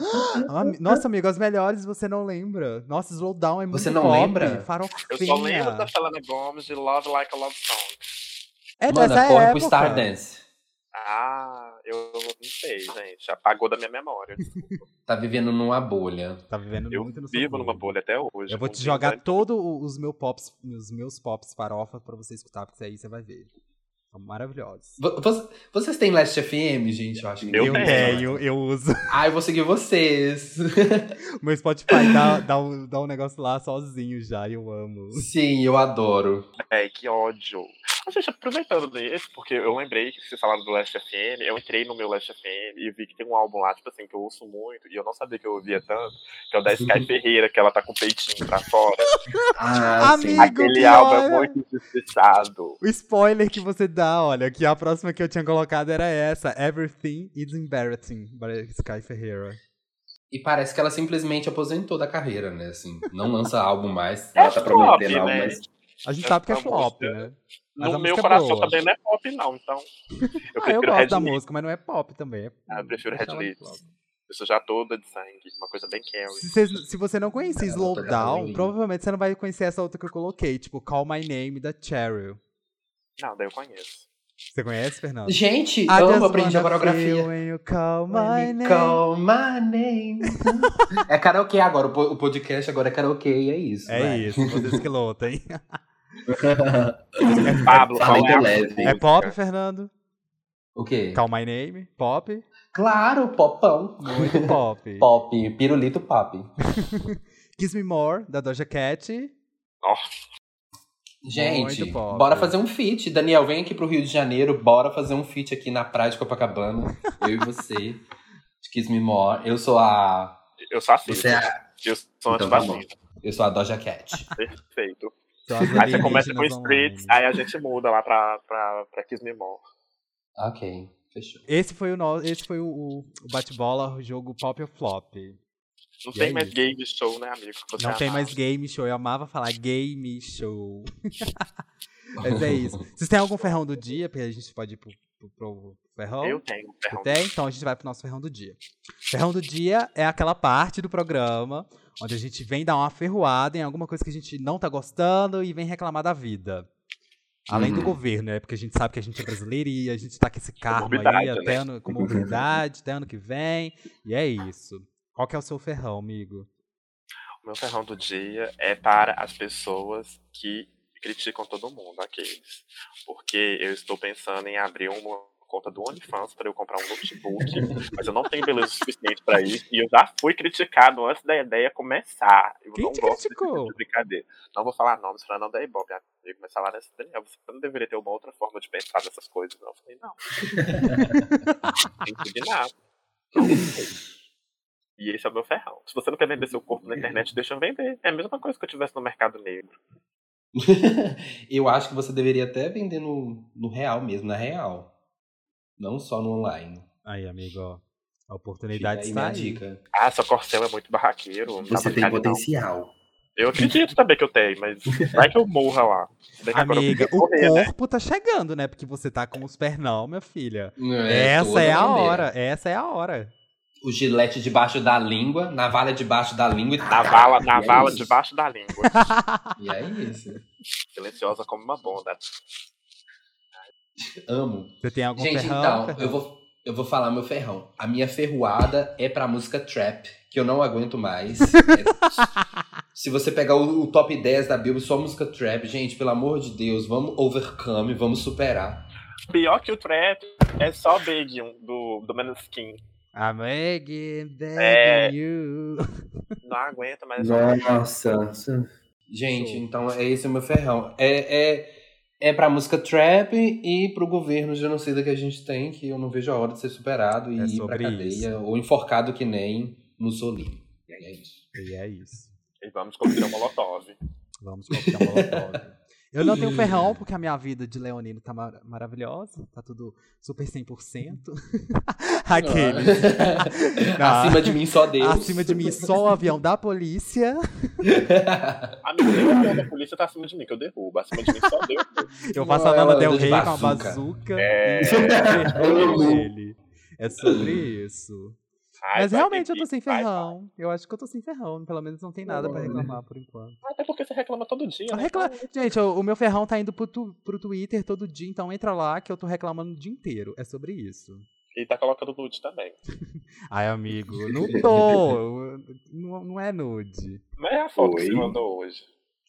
Speaker 2: Ah, mi- Nossa, amigo, as melhores você não lembra. Nossa, Slow Down é muito
Speaker 4: Você não
Speaker 2: pop,
Speaker 4: lembra?
Speaker 3: Eu
Speaker 2: Farofinha.
Speaker 3: só lembro da Selena Gomes de Love Like a Love Song.
Speaker 2: É
Speaker 4: Manda,
Speaker 2: dessa
Speaker 4: põe
Speaker 2: época.
Speaker 4: pro Stardance.
Speaker 3: Ah, eu não sei, gente. Apagou da minha memória.
Speaker 4: Tá vivendo numa bolha.
Speaker 2: Tá vivendo
Speaker 3: Eu
Speaker 2: muito no seu
Speaker 3: vivo
Speaker 2: mundo.
Speaker 3: numa bolha né? até hoje.
Speaker 2: Eu vou
Speaker 3: com
Speaker 2: te jogar
Speaker 3: 20
Speaker 2: todos os meus pops, os meus pops farofa pra você escutar, porque aí você vai ver. São maravilhosos.
Speaker 4: Vo- vo- Vocês têm Last FM, gente? Eu acho que
Speaker 3: Eu
Speaker 4: não.
Speaker 2: tenho, eu uso.
Speaker 4: Ah, eu vou seguir vocês.
Speaker 2: Meu Spotify dá, dá, um, dá um negócio lá sozinho já, e eu amo.
Speaker 4: Sim, eu adoro.
Speaker 3: É, que ódio. Mas, gente, aproveitando isso, porque eu lembrei que vocês falaram do Last FM, eu entrei no meu Last FM e vi que tem um álbum lá, tipo assim, que eu ouço muito, e eu não sabia que eu ouvia tanto, que é o da Sky Ferreira, que ela tá com o peitinho pra fora.
Speaker 2: Tipo,
Speaker 5: Ah, sim.
Speaker 2: Amigo.
Speaker 3: Aquele
Speaker 2: que
Speaker 3: álbum é
Speaker 2: hora!
Speaker 3: muito desfechado.
Speaker 2: O spoiler que você dá, olha, que a próxima que eu tinha colocado era essa: Everything is Embarrassing, by Sky Ferreira.
Speaker 4: E parece que ela simplesmente aposentou da carreira, né? Assim, não lança álbum mais.
Speaker 5: Ela
Speaker 3: É
Speaker 5: tá
Speaker 3: flop,
Speaker 5: prometendo algo,
Speaker 3: né?
Speaker 5: mas
Speaker 2: A gente
Speaker 3: Essa
Speaker 2: sabe que é flop,
Speaker 3: música-
Speaker 2: né? Mas a
Speaker 3: No meu
Speaker 2: música é
Speaker 3: coração
Speaker 2: boa.
Speaker 3: também não é pop, não, então. Eu
Speaker 2: ah, eu
Speaker 3: prefiro
Speaker 2: gosto
Speaker 3: Red
Speaker 2: da
Speaker 3: Lips.
Speaker 2: música, mas não é pop também. É...
Speaker 3: Ah, eu prefiro
Speaker 2: eu
Speaker 3: Red
Speaker 2: achava flop.
Speaker 3: Lips. Eu sou já toda de sangue, uma coisa bem Carrie.
Speaker 2: Se, cês- se você não
Speaker 3: É,
Speaker 2: conhecer
Speaker 4: Ela toca
Speaker 2: Slowdown,
Speaker 4: Halloween.
Speaker 2: provavelmente você não vai conhecer essa outra que eu coloquei, tipo Call My Name da Cheryl.
Speaker 3: Não, daí eu conheço.
Speaker 2: Você conhece, Fernando?
Speaker 4: Gente,
Speaker 2: I just
Speaker 4: amo, aprendi a
Speaker 2: wanna feel
Speaker 4: coreografia.
Speaker 2: when you call my name.
Speaker 4: Call my name. é karaokê agora. O po- o podcast agora é karaokê e é isso.
Speaker 2: É
Speaker 4: vai.
Speaker 2: isso, vocês que lutam, hein?
Speaker 3: Pablo,
Speaker 5: É
Speaker 3: qual
Speaker 5: fala muito
Speaker 3: é a
Speaker 5: leve.
Speaker 2: É pop, Fernando?
Speaker 4: O quê?
Speaker 2: Call My Name, pop,
Speaker 4: Claro, popão.
Speaker 2: muito pop.
Speaker 4: Pop, pirulito pop.
Speaker 2: Kiss Me More, da Doja Cat.
Speaker 4: Gente,
Speaker 2: Muito pop.
Speaker 4: bora fazer um feat. Daniel, vem aqui pro Rio de Janeiro, bora fazer um feat aqui na praia de Copacabana. eu e você. de Kiss Me More. Eu sou a.
Speaker 3: Eu sou assim.
Speaker 5: Você é-
Speaker 3: Eu sou
Speaker 5: Então tá bom.
Speaker 3: antivacina.
Speaker 4: Eu sou a Doja Cat.
Speaker 3: Perfeito.
Speaker 2: Só as
Speaker 3: Aí você
Speaker 2: alienígenas
Speaker 3: começa com
Speaker 2: online.
Speaker 3: Streets, aí a gente muda lá pra, pra, pra Kiss Me More.
Speaker 4: ok, fechou.
Speaker 2: Esse foi o, no... Esse foi o, o o bate-bola, o jogo pop ou flop.
Speaker 3: Não
Speaker 2: E
Speaker 3: tem
Speaker 2: é
Speaker 3: mais
Speaker 2: isso.
Speaker 3: game show, né, amigo? Você
Speaker 2: Não tem
Speaker 3: amava.
Speaker 2: mais game show, eu amava falar game show. Mas é isso. Vocês têm algum ferrão do dia? Porque a gente pode ir pro, pro, pro ferrão?
Speaker 3: Eu tenho um ferrão.
Speaker 2: Até então a gente vai pro nosso ferrão do dia. Ferrão do dia é aquela parte do programa onde a gente vem dar uma ferroada em alguma coisa que a gente não tá gostando e vem reclamar da vida. Além
Speaker 3: Uhum.
Speaker 2: do governo, é porque a gente sabe que a gente é brasileiro e a gente tá com esse karma aí
Speaker 3: Comorbidade,
Speaker 2: até
Speaker 3: né?
Speaker 2: ano, com mobilidade, até ano que vem. E é isso. Qual que é o seu ferrão, amigo?
Speaker 3: O meu ferrão do dia é para as pessoas que criticam todo mundo, aqueles. Porque eu estou pensando em abrir uma conta do OnlyFans para eu comprar um notebook, mas eu não tenho beleza suficiente para isso e eu já fui criticado antes da ideia começar. Eu
Speaker 2: Quem
Speaker 3: não
Speaker 2: te
Speaker 3: gosto tipo
Speaker 2: criticou?
Speaker 3: De brincadeira. Não vou falar nomes para não dar ibope, amigo, mas falaram assim, Daniel, você não deveria ter uma outra forma de pensar nessas coisas. não. Eu falei, não. Indignado. Não gostei. E esse é o meu ferrão. Se você não quer vender seu corpo
Speaker 5: Uhum.
Speaker 3: na internet, deixa eu vender. É a mesma coisa que eu tivesse no mercado negro.
Speaker 4: Eu acho que você deveria até vender no, no real mesmo, na real. Não só no online.
Speaker 2: Aí, amigo, ó.
Speaker 4: Fica
Speaker 2: A oportunidade
Speaker 4: aí
Speaker 2: está
Speaker 4: minha
Speaker 2: aí.
Speaker 4: dica.
Speaker 3: Ah, essa corcel é muito barraqueiro. não dá pra
Speaker 5: Você tem
Speaker 3: ficar, não.
Speaker 5: potencial.
Speaker 3: Eu acredito também que eu tenho, mas vai que eu morra lá. Se bem que agora eu
Speaker 2: Amiga,
Speaker 3: podia
Speaker 2: o
Speaker 3: correr, né?
Speaker 2: corpo tá chegando, né? Porque você tá com os pernão, minha filha.
Speaker 4: É,
Speaker 2: Essa
Speaker 4: toda
Speaker 2: é a
Speaker 4: maneira.
Speaker 2: hora, essa é a hora.
Speaker 4: O gilete debaixo da língua, navalha debaixo da língua e
Speaker 3: Na vala,
Speaker 4: E
Speaker 3: na
Speaker 4: é
Speaker 3: vala
Speaker 4: isso.
Speaker 3: debaixo da língua.
Speaker 4: E é isso.
Speaker 3: Silenciosa como uma bunda.
Speaker 4: Amo.
Speaker 2: Você tem algum
Speaker 4: Gente,
Speaker 2: Um ferrão?
Speaker 4: então, eu vou, eu vou falar meu ferrão. A minha ferroada é pra música trap, que eu não aguento mais. É- se você pegar o, o top 10 da Billboard, só música trap, gente, pelo amor de Deus, vamos overcome, vamos superar.
Speaker 3: Pior que o trap é só Big um, do, do Meneskin.
Speaker 2: I'm begging, begging
Speaker 3: É.
Speaker 2: you.
Speaker 3: Não aguenta mais.
Speaker 5: Nossa.
Speaker 4: Gente,
Speaker 2: Show.
Speaker 4: então é esse o meu ferrão. É, é, é pra música trap e pro governo genocida que a gente tem, que eu não vejo a hora de ser superado e
Speaker 2: É
Speaker 4: ir pra
Speaker 2: sobre
Speaker 4: cadeia,
Speaker 2: isso.
Speaker 4: ou enforcado que nem Mussolini. E é isso.
Speaker 2: E é isso.
Speaker 3: E vamos comer um molotov.
Speaker 2: Vamos copiar um molotov. Eu não tenho ferrão, porque a minha vida de leonino tá mar- maravilhosa. Tá tudo super 100%. Aquele. Não.
Speaker 4: Acima de mim, só Deus.
Speaker 2: Ah. Acima de mim, só o avião da polícia.
Speaker 3: Amigo, nem o avião da polícia tá acima de mim, que eu derrubo. Acima de mim só deu.
Speaker 2: Eu faço a
Speaker 4: Não,
Speaker 2: Nana
Speaker 4: ela
Speaker 2: Del
Speaker 4: anda
Speaker 2: Rey
Speaker 4: de
Speaker 2: com a
Speaker 4: bazuca.
Speaker 2: bazuca.
Speaker 3: É.
Speaker 2: E ferrão dele. É sobre isso.
Speaker 3: Ai,
Speaker 2: Mas
Speaker 3: vai,
Speaker 2: realmente eu
Speaker 3: Bibi,
Speaker 2: tô sem
Speaker 3: vai,
Speaker 2: ferrão. Eu acho que eu tô sem ferrão. Pelo menos não tem nada pra
Speaker 5: Olha.
Speaker 2: reclamar por enquanto.
Speaker 3: vai. Até porque você reclama todo dia.
Speaker 2: Eu
Speaker 3: né?
Speaker 2: recla- Gente, o, o meu ferrão tá indo pro, tu- pro Twitter todo dia, então entra lá que eu tô reclamando o dia inteiro. É sobre isso.
Speaker 3: E tá colocando nude também.
Speaker 2: Ai, amigo, não tô. Eu- Não, não é nude.
Speaker 3: Mas é a foto que
Speaker 5: Oi?
Speaker 3: você mandou hoje.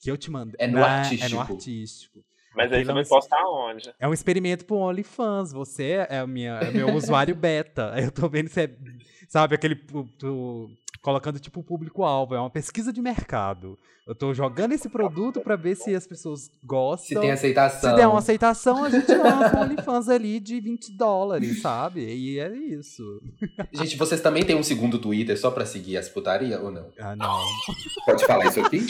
Speaker 2: Que eu te mando.
Speaker 4: É no
Speaker 2: Não, É
Speaker 4: artístico.
Speaker 2: no artístico.
Speaker 3: Mas
Speaker 2: Aquele
Speaker 3: aí você vai
Speaker 2: lance-
Speaker 3: postar onde?
Speaker 2: É um experimento pro OnlyFans. Você é, o minha, é o meu usuário beta. Eu tô vendo se é. Sabe, aquele. pu- tu- colocando tipo o público-alvo. É uma pesquisa de mercado. Eu tô jogando esse produto pra ver se as pessoas
Speaker 4: Se
Speaker 2: gostam.
Speaker 4: tem aceitação.
Speaker 2: Se der uma aceitação, a gente lança um OnlyFans ali de 20 dólares, sabe? E é isso.
Speaker 4: Gente, vocês também têm um segundo Twitter só pra seguir as putaria ou não?
Speaker 2: Ah, não.
Speaker 5: Pode falar isso aqui?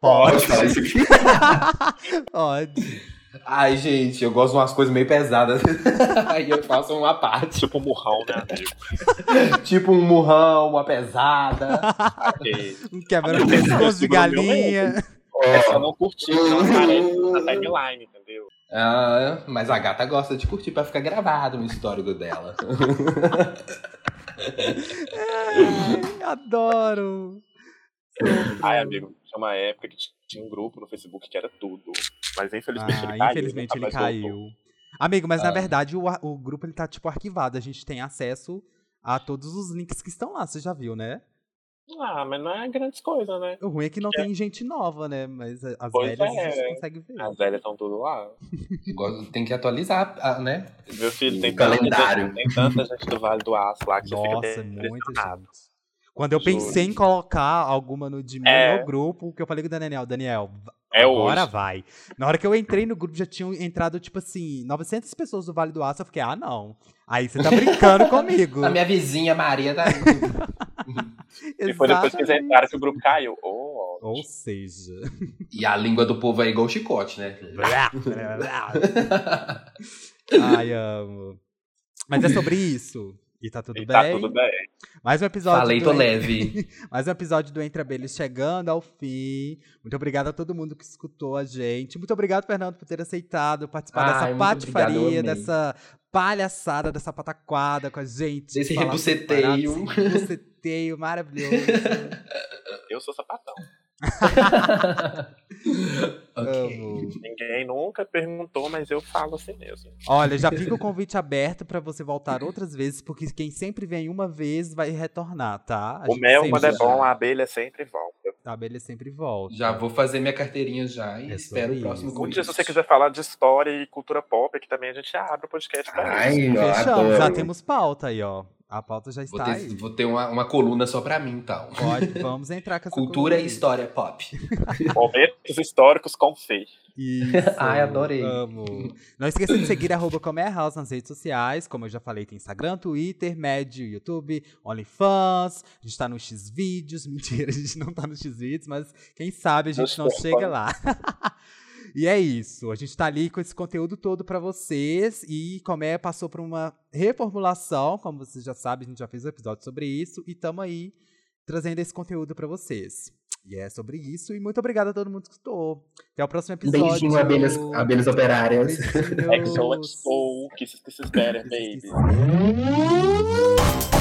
Speaker 3: Pode.
Speaker 5: falar isso aqui?
Speaker 2: Pode.
Speaker 4: Ai, gente, eu gosto de umas coisas meio pesadas. Aí eu faço uma parte.
Speaker 3: Tipo um murrão, né, amigo?
Speaker 4: Tipo um murrão, uma pesada.
Speaker 3: Porque
Speaker 2: Um quebra pescoço de galinha.
Speaker 3: é só não curtir, não aparece na timeline, entendeu?
Speaker 4: Ah, mas a gata gosta de curtir pra ficar gravado no histórico dela.
Speaker 2: Ai, adoro.
Speaker 3: Ai, amigo, tinha uma época que t- tinha um grupo no Facebook que era tudo. Mas infelizmente ele
Speaker 2: Ah,
Speaker 3: caiu.
Speaker 2: infelizmente
Speaker 3: nunca
Speaker 2: ele
Speaker 3: mais né, voltou.
Speaker 2: caiu. Amigo, mas na
Speaker 4: Ah.
Speaker 2: verdade o, ar- o grupo ele tá tipo arquivado. A gente tem acesso a todos os links que estão lá, você já viu, né?
Speaker 3: Ah, mas não é grandes coisas, né?
Speaker 2: O ruim é que não tem gente nova, né? Mas a- as
Speaker 3: Pois
Speaker 2: velhas a
Speaker 3: é.
Speaker 2: gente consegue ver.
Speaker 3: As velhas estão tudo lá.
Speaker 4: Gosto- Tem que atualizar, ah, né?
Speaker 3: Meu filho, tem
Speaker 5: O
Speaker 3: tanta,
Speaker 5: calendário.
Speaker 3: gente, tem tanta gente do Vale do Aço lá que você
Speaker 2: Nossa,
Speaker 3: fica
Speaker 2: muita
Speaker 3: impressionado.
Speaker 2: gente. Quando eu pensei em colocar alguma no de mim
Speaker 3: É.
Speaker 2: no grupo, que eu falei com o Daniel, Daniel,
Speaker 3: É
Speaker 2: agora
Speaker 3: hoje.
Speaker 2: vai. Na hora que eu entrei no grupo, já tinham entrado, tipo assim, 900 pessoas do Vale do Aço. Eu fiquei, ah, não. Aí você tá brincando comigo.
Speaker 4: A minha vizinha Maria tá.
Speaker 3: E foi depois que eles
Speaker 2: Exatamente.
Speaker 3: entraram que o grupo caiu. Oh,
Speaker 2: Ou seja...
Speaker 4: e a língua do povo é igual chicote, né?
Speaker 2: Ai, amo. Mas é sobre isso. E tá tudo bem.
Speaker 3: e tá tudo bem.
Speaker 2: Mais um episódio.
Speaker 4: Falei, tô
Speaker 2: do-
Speaker 4: leve.
Speaker 2: Mais um episódio do Entre Abelhas chegando ao fim. Muito obrigado a todo mundo que escutou a gente. Muito obrigado, Fernando, por ter aceitado participar
Speaker 4: Ai,
Speaker 2: dessa
Speaker 4: muito
Speaker 2: patifaria,
Speaker 4: obrigado, eu amei.
Speaker 2: dessa palhaçada, dessa pataquada com a gente.
Speaker 4: Desse
Speaker 2: Falar sobre
Speaker 4: rebuceteio.
Speaker 2: parada, Desse rebuceteio maravilhoso.
Speaker 3: Eu sou sapatão.
Speaker 4: ok.
Speaker 2: Amo.
Speaker 3: Ninguém nunca perguntou, mas eu falo assim mesmo.
Speaker 2: Olha, já fica o convite aberto pra você voltar outras vezes, porque quem sempre vem uma vez vai retornar, tá? A
Speaker 3: O
Speaker 2: gente
Speaker 3: mel,
Speaker 2: sempre-
Speaker 3: quando é
Speaker 4: já.
Speaker 3: bom, a abelha sempre volta.
Speaker 2: A abelha sempre volta.
Speaker 4: Já vou fazer minha carteirinha já e
Speaker 2: É
Speaker 4: espero
Speaker 2: sobre
Speaker 4: o próximo
Speaker 2: isso.
Speaker 3: Um dia,
Speaker 4: convite.
Speaker 3: se você quiser falar de história e cultura pop, que também a gente abre o podcast pra isso.
Speaker 5: Ai, eu
Speaker 2: Fechamos, já
Speaker 5: adoro.
Speaker 2: temos pauta aí, ó. A pauta já
Speaker 4: Vou
Speaker 2: está
Speaker 4: ter,
Speaker 2: aí.
Speaker 4: vou ter uma, uma coluna só pra mim, então.
Speaker 2: Pode, vamos entrar com essa
Speaker 4: Cultura é
Speaker 2: coluna.
Speaker 4: e história pop.
Speaker 3: Momentos históricos com Fê.
Speaker 2: Isso.
Speaker 4: Ai, adorei.
Speaker 2: Amo. Não esqueça de seguir arroba Como é a House nas redes sociais. Como eu já falei, tem Instagram, Twitter, Médio, YouTube, OnlyFans. A gente tá no Xvideos. Mentira, a gente não tá no Xvideos, mas quem sabe a gente não
Speaker 3: Nossa,
Speaker 2: chega lá. E é isso, a gente tá ali com esse conteúdo todo pra vocês e Comé passou por uma reformulação, como vocês já sabem, a gente já fez um episódio sobre isso e tamo aí trazendo esse conteúdo pra vocês. E é sobre isso e muito obrigado a todo mundo que escutou. Até o próximo
Speaker 5: Um
Speaker 2: episódio.
Speaker 5: beijinho, abelhas, abelhas operárias.
Speaker 2: Beijinhos.
Speaker 3: XOXO, Kisses Kisses Better, baby.
Speaker 5: Hum.